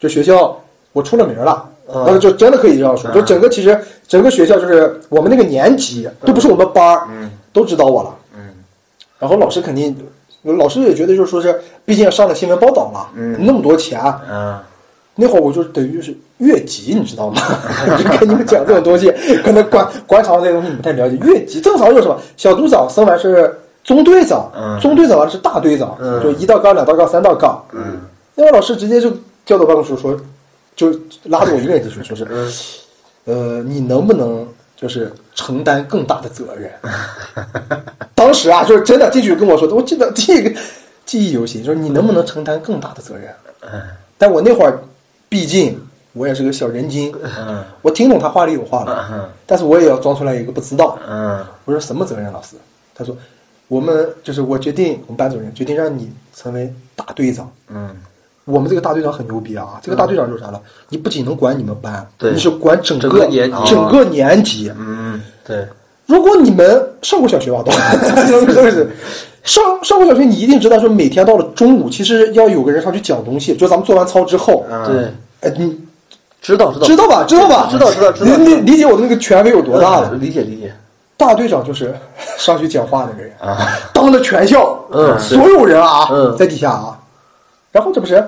Speaker 1: 就学校我出了名了，
Speaker 2: 嗯
Speaker 1: 呃，就真的可以这样说，
Speaker 3: 嗯
Speaker 1: 就整个其实整个学校就是我们那个年级都不是我们班儿，都知道我了，
Speaker 3: 嗯
Speaker 1: 然后老师肯定，老师也觉得就是说是，毕竟上了新闻报道了，那么多钱，
Speaker 3: 嗯，
Speaker 1: 那会儿我就等于是越级，你知道吗？ <laughs> 就跟你们讲这种东西，可能官官场这些东西你不太了解。越级正常就是什么小组长升完是中队长，
Speaker 3: 嗯
Speaker 1: 中队长完是大队长，就一道杠、两道杠、三道杠。嗯，那位老师直接就叫到办公室说，就拉着我一个人进去，说是，呃，你能不能就是承担更大的责任？ <laughs> 当时啊，就是真的进去跟我说的，我记得这个记忆犹新，就是你能不能承担更大的责任？
Speaker 3: 嗯
Speaker 1: 但我那会儿，毕竟我也是个小人精，
Speaker 3: 嗯
Speaker 1: 我听懂他话里有话
Speaker 3: 嗯
Speaker 1: 了，但是我也要装出来一个不知道。
Speaker 3: 嗯
Speaker 1: 我说什么责任，啊老师？他说，我们就是我决定，我们班主任决定让你成为大队长。
Speaker 3: 嗯
Speaker 1: 我们这个大队长很牛逼啊！这个大队长就是啥呢？你不仅能管你们班，
Speaker 2: 对
Speaker 1: 你是管整
Speaker 2: 整
Speaker 1: 个
Speaker 2: 个年级
Speaker 1: 整个年级。
Speaker 3: 嗯，
Speaker 2: 对，
Speaker 1: 啊如果你们上过小学吧，都是不是？上上过小学，你一定知道，说每天到了中午，其实要有个人上去讲东西，就咱们做完操之后，
Speaker 2: 对，
Speaker 1: 哎，你
Speaker 2: 知道知道
Speaker 1: 知道吧？知道吧？
Speaker 2: 知道知道知道
Speaker 1: 你你理解我的那个权威有多大了？
Speaker 2: 理解理解。
Speaker 1: 大队长就是上去讲话那个人，当着全校，
Speaker 2: 啊嗯
Speaker 1: 所有人啊，
Speaker 2: 嗯
Speaker 1: 在底下啊，然后这不是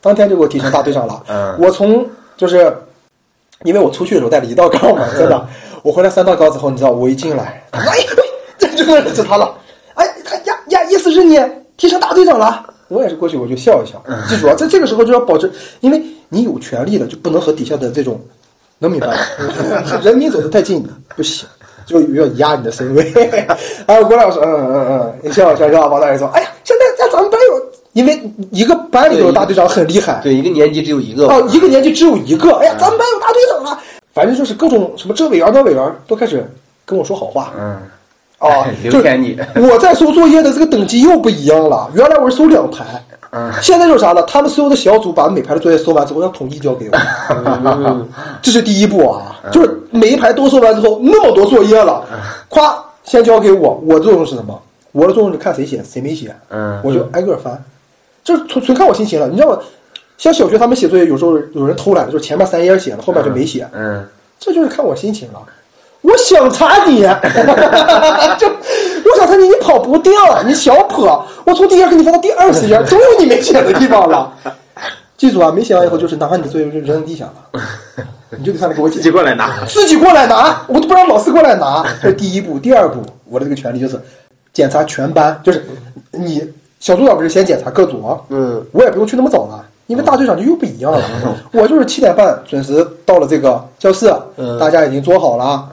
Speaker 1: 当天就给我提成大队长了，
Speaker 2: 嗯
Speaker 1: 我从就是因为我出去的时候带了一道杠 <laughs> 嘛，真的，我回来三道杠之后，你知道我一进来，他说哎哎，这这个是他了，哎他呀呀，意思是你提成大队长了，我也是过去我就笑一笑，记住啊，在这个时候就要保持，因为你有权利的就不能和底下的这种。能 <laughs> 明白吗？人民走得太近不行，就要压你的身位。 <laughs> 然后郭老师，嗯嗯嗯，笑笑笑，王大爷说，哎呀，现在在咱们班有，因为一个班里头有大队长很厉害，
Speaker 2: <laughs> 对，一个年级只有一个嘛，
Speaker 1: 哦，一个年级只有一个，哎呀，咱们班有大队长啊，反正就是各种什么这委员那委员都开始跟我说好话，
Speaker 2: 嗯，，
Speaker 1: 哦
Speaker 2: 留给你
Speaker 1: 就是 <laughs> 我在收作业的这个等级又不一样了，原来我是收两排，
Speaker 2: 嗯
Speaker 1: 现在就是啥了？他们所有的小组把每排的作业收完之后，要统一交给我，
Speaker 2: <laughs>
Speaker 1: 这是第一步啊，
Speaker 2: 嗯
Speaker 1: 就是每一排都收完之后，那么多作业了，夸先交给我，我的作用是什么？我的作用是看谁写，谁没写，
Speaker 2: 嗯
Speaker 1: 我就挨个翻，就是纯纯看我心情了。你知道吗？像小学他们写作业，有时候有人偷懒，就是前面三页写了，后面就没写，
Speaker 2: 嗯，
Speaker 1: 这就是看我心情了。我想查你， <laughs> 就我想查你，你跑不掉，啊你小跑。我从第一页给你翻到第二十页，总有你没写的地方了。 <laughs> 记住啊，没写完以后就是哪怕你的作业就扔地下
Speaker 3: <laughs>
Speaker 1: 了，你就得上来给我
Speaker 3: 自
Speaker 1: 写
Speaker 3: 己，过来拿。 <laughs>
Speaker 1: 自己过来拿，我都不让老师过来拿。这是第一步，第二步，我的这个权利就是检查全班，就是你小组长不是先检查各组啊，
Speaker 2: 嗯，
Speaker 1: 我也不用去那么早了，因为大队长就又不一样了。我就是七点半准时到了这个教室，啊大家已经坐好了。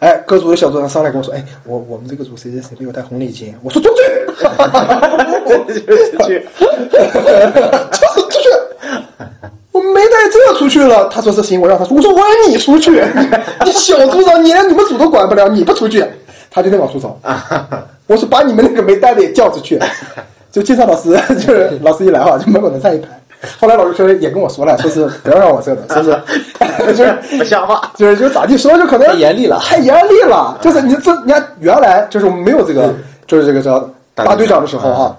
Speaker 1: 哎，各组的小组长上来跟我说：“哎，我我们这个组谁谁谁没有带红领巾？”我说：“出去，
Speaker 3: 出
Speaker 1: <laughs>
Speaker 3: 去，
Speaker 1: 就是出去。”我没带这出去了。他说：“这行，我让他出。”我说：“我让你出去， <laughs> 你小组长，你连你们组都管不了，你不出去，他就得往出走。”我说：“把你们那个没带的也叫出去。”就介绍老师，就是老师一来哈，就门口能站一排。后来老师说也跟我说了，说是不要让我这的，说是就是
Speaker 3: 不像话。
Speaker 1: 就是就咋地说，就可能
Speaker 2: 太严厉了
Speaker 1: 太严厉了。就是你这你看原来就是我们没有这个，就是这个叫
Speaker 3: 大队长
Speaker 1: 大队长的时候啊，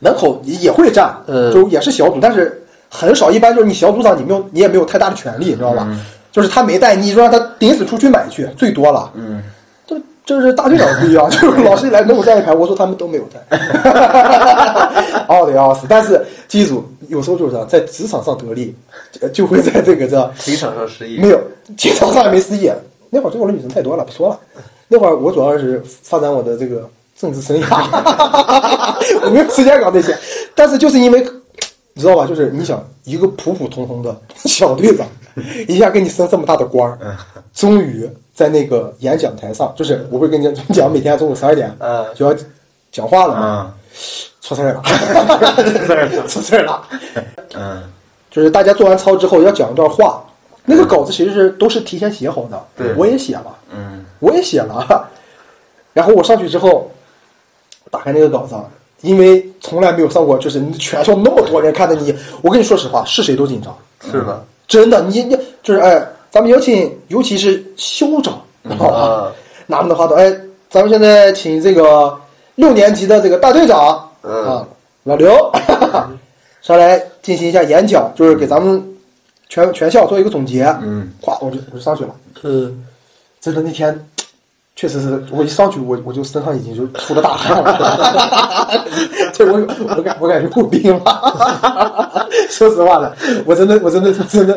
Speaker 1: 门口也也会站，
Speaker 2: 嗯
Speaker 1: 就也是小组，但是很少。一般就是你小组长，你没有你也没有太大的权利，你知道吧？
Speaker 2: 嗯
Speaker 1: 就是他没带，你就让他顶死出去买去，最多了。嗯。这这是大队长不一
Speaker 2: <laughs>
Speaker 1: 样，就是老师一来能我站一排，我说他们都没有站，傲的要死。但是记住，有时候就是这样，在职场上得利，呃就会在这个这
Speaker 2: 职场上失忆
Speaker 1: 没有，经常上也没失业。那会儿追我的女生太多了，不说了。那会儿我主要是发展我的这个政治生涯， <laughs> 我没有时间搞这些。但是就是因为，你知道吧？就是你想一个普普通通的小队长，一下给你升这么大的官儿，终于在那个演讲台上，就是我会跟你讲，每天中午十二点啊
Speaker 2: 嗯
Speaker 1: 就要讲话了嘛，
Speaker 3: 嗯
Speaker 1: 出事儿
Speaker 3: <laughs>
Speaker 1: 了，出
Speaker 3: 事儿
Speaker 1: <laughs>
Speaker 3: 了
Speaker 1: 出事儿了。
Speaker 3: 嗯，
Speaker 1: 就是大家做完操之后要讲一段话，那个稿子其实是都是提前写好的，
Speaker 2: 对
Speaker 1: 我也写了，嗯，我也写了，然后我上去之后，打开那个稿子，因为从来没有上过，就是你全校那么多人看着你，我跟你说实话，是谁都紧张，
Speaker 2: 是的，
Speaker 1: 真的，你你就是哎，咱们有请，尤其是校长，好吧
Speaker 2: 啊，
Speaker 1: 拿我们的话筒，哎，咱们现在请这个六年级的这个大队长，
Speaker 2: 嗯
Speaker 1: 啊，老刘上来进行一下演讲，就是给咱们全全校做一个总结，
Speaker 3: 嗯，
Speaker 1: 哗，我就我就上去了，
Speaker 2: 嗯，
Speaker 1: 真的那天。确实是我一上去，我我就身上已经就出了大汗了， <laughs> 这我我感我感觉护病了。 <laughs> 说实话了，我真的我真的我真的，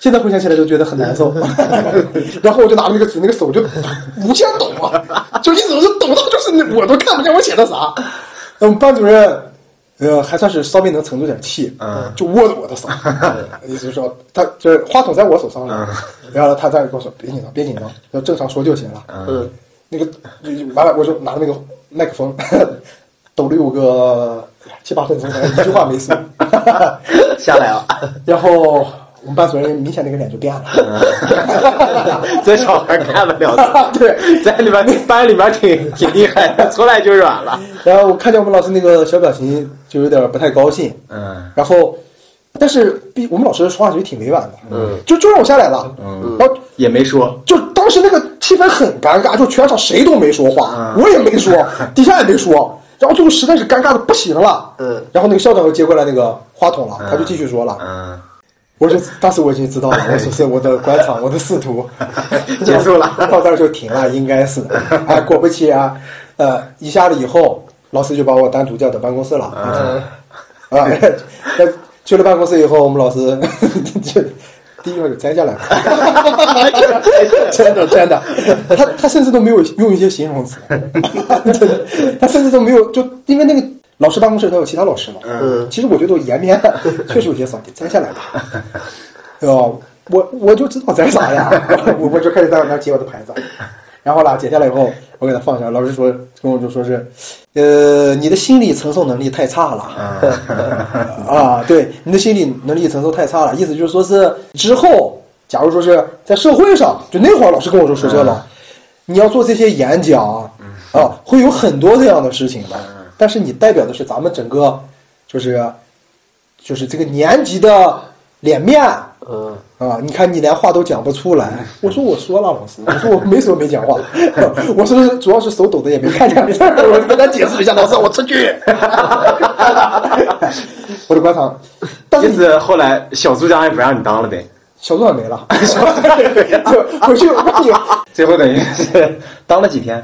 Speaker 1: 现在回想起来都觉得很难受。 <laughs> 然后我就拿着那个纸，那个手就无限抖啊，就一直就抖到就是那我都看不见我写的啥。我们班主任。呃，还算是稍微能沉住点气，嗯，就握着我的手，意思是说他就是话筒在我手上了，然后他在跟我说别紧张，别紧张，要正常说就行了，呃
Speaker 2: 嗯，
Speaker 1: 那个完了，我就拿着那个麦克风，抖了有个七八分钟，一句话没说。 <laughs>
Speaker 2: 下来啊，
Speaker 1: 然后我们班主任明显那个脸就变了，，
Speaker 3: <laughs> 这小孩干不了
Speaker 1: <laughs> 对。
Speaker 3: <laughs> 在里边班里边挺挺厉害的，出来就软了。
Speaker 1: 然后我看见我们老师那个小表情，就有点不太高兴。
Speaker 3: 嗯，
Speaker 1: 然后，但是毕我们老师说话其实挺委婉的，嗯，就就让我下来了，嗯，然后
Speaker 3: 也没说。
Speaker 1: 就当时那个气氛很尴尬，就全场谁都没说话，我也没说，底下也没说，然后最后实在是尴尬的不行了，
Speaker 2: 嗯
Speaker 1: 然后那个校长又接过来那个话筒了，他就继续说了，
Speaker 3: 嗯，
Speaker 1: 我说当时我已经知道
Speaker 2: <laughs>
Speaker 1: 了，我说是我的官场，我的仕途
Speaker 2: 结束了，
Speaker 1: <laughs> 到这儿就停了，应
Speaker 2: <laughs>
Speaker 1: 该是，哎，果不其然，呃，一下了以后，老师就把我单独叫到办公室了，啊， <laughs> 那去了办公室以后，我们老师 <laughs> 就第一个就摘下来了， <laughs> 真的真的， <laughs> 他他甚至都没有用一些形容词， <laughs> 真的，他甚至都没有就因为那个老师办公室他有其他老师嘛，
Speaker 2: 嗯
Speaker 1: 其实我觉得我颜面啊确实有些少，给摘下来吧，对吧？哦我我就知道摘啥呀，我我就开始在那儿接我的牌子，然后啦，解下来以后，我给他放下，老师说跟我就说是，呃，你的心理承受能力太差了，啊，对，你的心理能力承受太差了，意思就是说是之后，假如说是在社会上，就那会儿老师跟我说说这了，你要做这些演讲，啊，会有很多这样的事情的，但是你代表的是咱们整个，就是，就是这个年级的脸面，
Speaker 2: 嗯，
Speaker 1: 啊，你看你连话都讲不出来。我说我说了，老师，我说我没说没讲话， <laughs> 我说是主要是手抖的也没看见字儿。我跟他解释一下，老师，我出去。 <laughs> 我的官场，但是
Speaker 3: 因
Speaker 1: 你
Speaker 3: 此后来小组长也不让你当了呗，
Speaker 1: 小段没了， <laughs> 小段就回去我
Speaker 3: 最后等于是当了几天，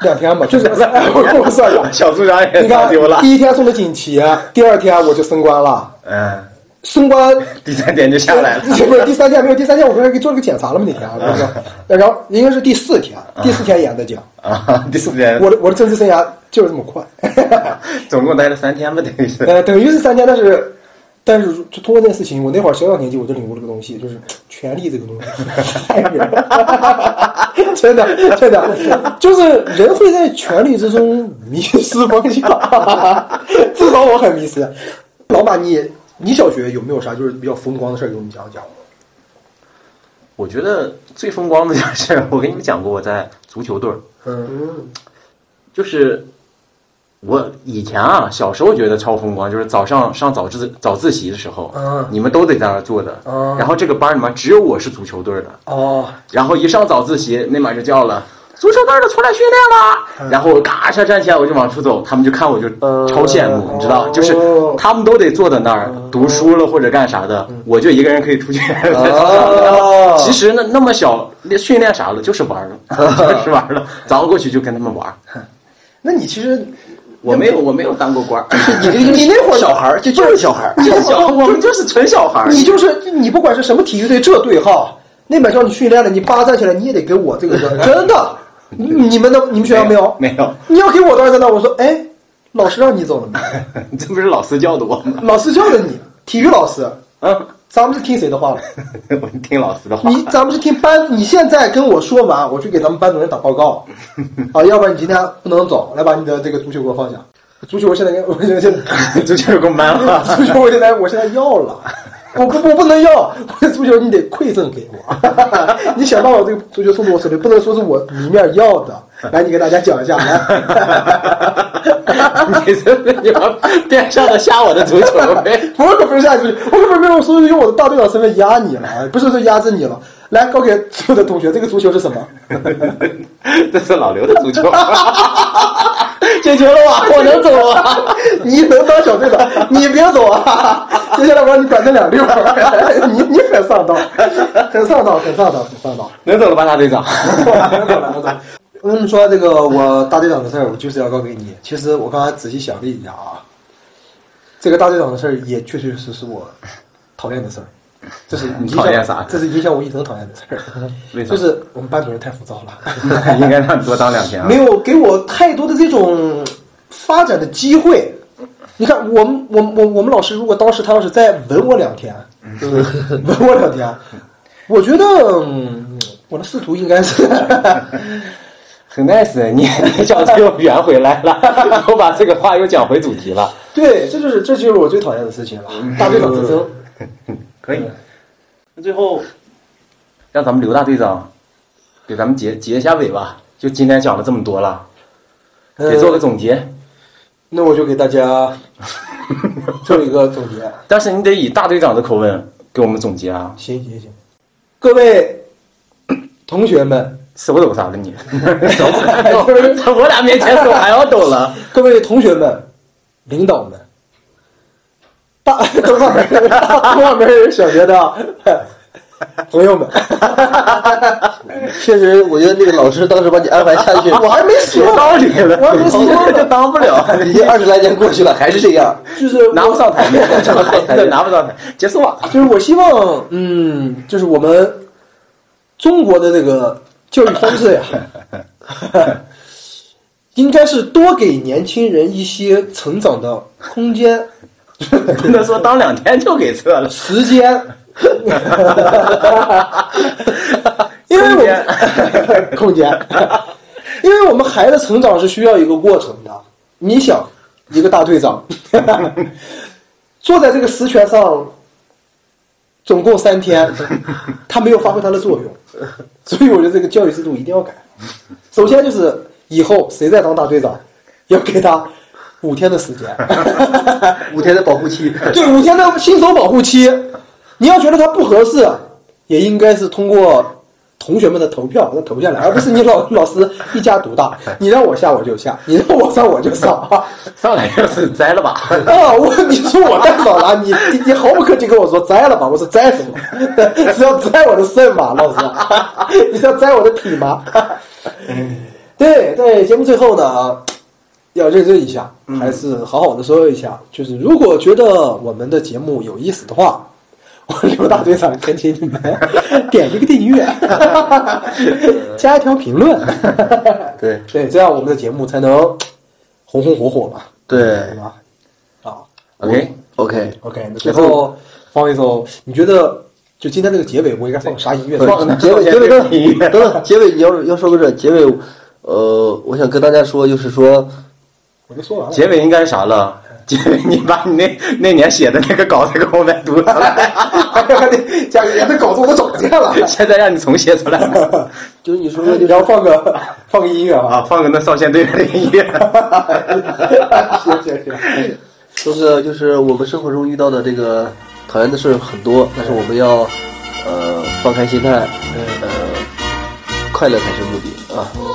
Speaker 1: 两天吧，就是 <laughs> 我跟我算了，
Speaker 3: 小组长也
Speaker 1: 你看
Speaker 3: <laughs> 当丢了，
Speaker 1: 第一天送的锦旗，第二天我就升官了，
Speaker 3: 嗯，
Speaker 1: 升官
Speaker 3: 第三天就下来了，
Speaker 1: 不是第三天没有，第三天我不是给做了个检查了吗？那天啊，不是然后应该是第四天，第四天演的讲。
Speaker 3: 啊，第四天
Speaker 1: 我的我的政治生涯就是这么快，
Speaker 3: 总共待了三天吧，等于是，
Speaker 1: 呃，等于是三天，但是但是就通过这件事情，我那会儿小小年纪我就领悟了个东西，就是权力这个东西太远了， <laughs> 真的真的，就是人会在权力之中迷失方向，至少我很迷失。老板你，你小学有没有啥就是比较风光的事儿给我们讲讲？
Speaker 3: 我觉得最风光的就是我跟你们讲过，我在足球队儿，
Speaker 1: 嗯
Speaker 3: 就是我以前啊，小时候觉得超风光，就是早上上早自早自习的时候，
Speaker 1: 嗯
Speaker 3: 你们都得在那儿坐着，
Speaker 1: 嗯
Speaker 3: 然后这个班里面只有我是足球队儿的，
Speaker 1: 哦，
Speaker 3: 然后一上早自习，那马就叫了。足球队儿的出来训
Speaker 1: 嗯
Speaker 3: 练啦！然后我嘎一下站起来，我就往出走，他们就看我就超羡
Speaker 1: 哦
Speaker 3: 慕，你知道，就是他们都得坐在那儿
Speaker 1: 嗯
Speaker 3: 读书了或者干啥的，我就一个人可以出去在操场上
Speaker 1: 哦
Speaker 3: 其实呢，那么小练训练啥了，就是玩儿
Speaker 1: <laughs>
Speaker 3: 了，就是玩儿了。早上过去就跟他们玩儿。
Speaker 1: 那你其实
Speaker 3: 我没有，我没有当过官 <laughs> 儿，
Speaker 2: 你这个
Speaker 1: 你那会儿
Speaker 2: 小孩儿，就就是小孩儿，
Speaker 3: 就是小，我们就是纯小孩儿。
Speaker 1: 你就是你，不管是什么体育队这队哈，那边叫你训练了，你叭站起来，你也得给我这个
Speaker 3: <laughs>
Speaker 1: 人，真的。你你们的你们学校没有？
Speaker 3: 没有，
Speaker 1: 你要给我当时在那，我说哎，老师让你走了
Speaker 3: <laughs>
Speaker 1: 吗？
Speaker 3: <laughs> 这不是老师教的我吗？
Speaker 1: 老师叫的你，体育老师，
Speaker 3: <laughs> 嗯，
Speaker 1: 咱们是听谁的话了？
Speaker 3: <laughs> 我听老师的话。 <laughs>
Speaker 1: 你咱们是听班，你现在跟我说完，我去给咱们班主任打报
Speaker 3: <laughs>
Speaker 1: 告，啊，要不然你今天不能走，来把你的这个足球给我放下。足球我现在跟我现在现在。
Speaker 3: 足球公班了。 <laughs>
Speaker 1: 足 <laughs> 球我现在我现在要了，我不我不能要，我的足球你得馈赠给我。 <laughs> 你想把我这个足球送到我手里，不能说是我里面要的。来，你给大家讲一下，来。
Speaker 3: 你这你往边上的吓我的足球呗？
Speaker 1: 我可不是下去，我可不是没有说用我的大队长身份压你了，不是说压制你了。来，告给所有的同学，这个足球是什么？
Speaker 3: 这是老刘的足球， <laughs> 解决了吧？
Speaker 1: <laughs> 我能走啊！ <laughs> 你能当小队长，你别走啊！接下来我让你转成两溜儿， <laughs> 你你很上道，很上道，很上道，很上道。
Speaker 3: 能走了吧，大队 <laughs> 长？
Speaker 1: 我跟你们说这个我大队长的事儿，我就是要告给你。其实我刚才仔细想了一下啊，这个大队长的事儿也确确实实我讨厌的事儿，这是影
Speaker 3: 你
Speaker 1: 响
Speaker 3: 讨厌啥
Speaker 1: 这是影响我一生讨厌的事
Speaker 3: 为
Speaker 1: 儿，
Speaker 3: 啥啊
Speaker 1: 就是我们班主任太浮躁
Speaker 3: <laughs>
Speaker 1: 了，
Speaker 3: 应该让你多当两天啊
Speaker 1: 没。有给我太多的这种发展的机会。你看，我们我我我们老师，如果当时他要是再吻我两天，
Speaker 3: 嗯
Speaker 1: <laughs> 吻我两天，我觉得、嗯我的仕途应该是。
Speaker 3: 很 nice，你你小子又圆回来了， <laughs> 我把这个话又讲回主题了。
Speaker 1: 对，这就是这就是我最讨厌的事情了，
Speaker 3: 嗯
Speaker 1: 大队长之
Speaker 3: <laughs>
Speaker 1: 争。
Speaker 3: 可
Speaker 1: 嗯
Speaker 3: 以。那最后，让咱们刘大队长给咱们结结一下尾吧。就今天讲了这么多了，
Speaker 1: 嗯
Speaker 3: 得做个总结。 <laughs>
Speaker 1: 那我就给大家做一个总结。
Speaker 3: 但是你得以大队长的口吻给我们总结啊。
Speaker 1: 行行行，各位同学们，
Speaker 3: 死不抖啥
Speaker 1: <laughs>
Speaker 3: 了你，手不敢抖，我俩面前手还要抖了。
Speaker 1: 各位同学们、领导们，大 <laughs> 东方门、东方门小学的 <laughs> 朋
Speaker 3: <laughs>
Speaker 1: 友们，
Speaker 2: 确实，我觉得那个老师当时把你安排下去，
Speaker 1: <laughs> 我还没说
Speaker 3: 有道理了，
Speaker 1: 我还没说
Speaker 3: 就当不了，
Speaker 2: 已经二十来年过去了，还是这样。
Speaker 1: 就是
Speaker 3: 拿不
Speaker 1: 我
Speaker 3: 上
Speaker 1: <laughs>
Speaker 3: 台面，对， <laughs> 拿不上台，结束吧。
Speaker 1: 就是我希望，嗯，就是我们中国的这个教育方式呀，应该是多给年轻人一些成长的空间、
Speaker 3: 不能说当两天就给撤了，
Speaker 1: 时间， <laughs> 因为我们 <laughs> 空间，因为我们孩子成长是需要一个过程的。你想，一个大队 <laughs> 长坐在这个石泉上，总共三天，他没有发挥他的作用，所以我觉得这个教育制度一定要改。首先就是以后谁再当大队长，要给他五天的时 <laughs> 间。
Speaker 2: 五天的保护期，
Speaker 1: 对，五天的新手保护期，你要觉得它不合适，也应该是通过同学们的投票把它投下来，而不是你老老师一家独大，你让我下我就下，你让我上我就上啊！
Speaker 3: 上来就是栽
Speaker 1: <laughs>
Speaker 3: 了吧。
Speaker 1: 我你说我太少了，你你你毫不客气跟我说摘了吧，我说摘什么？ <laughs> 是要摘我的肾吗，老师？ <laughs> 你是要摘我的脾吗？对，在节目最后呢啊，要认真一下，还是好好的说一下，就是如果觉得我们的节目有意思的话。我刘大队长恳请你们点一个订阅， <laughs> 加一条评论，
Speaker 2: 对
Speaker 1: 对，这样我们的节目才能红红火火嘛，对
Speaker 2: 对
Speaker 1: 吧？啊
Speaker 3: OK，
Speaker 2: ，OK，
Speaker 1: ，OK，那最后放一首，你觉得就今天这个结尾，我应该 <laughs> 放啥音乐？
Speaker 3: 放个
Speaker 2: 结尾结尾等
Speaker 3: 音乐
Speaker 2: 等等，结尾你要要说个这结尾，呃，我想跟大家说，就是说，
Speaker 1: 我就说完了。
Speaker 3: 结尾应该是啥了？结尾你把你那那年写的那个稿子给我们读出
Speaker 1: <laughs>
Speaker 3: 来，
Speaker 1: 还得加个，这稿子我都找不见了。
Speaker 3: 现在让你重写出来
Speaker 2: 就是 <laughs> 你说说
Speaker 1: 你要放个放个音乐
Speaker 2: <laughs>
Speaker 1: 啊！
Speaker 3: 啊！放个那少先队员的音乐。
Speaker 1: 行行行，
Speaker 2: 就是就是我们生活中遇到的这个讨厌的事儿很多，但是我们
Speaker 1: 嗯
Speaker 2: 要呃放开心态，呃快乐才是目的啊。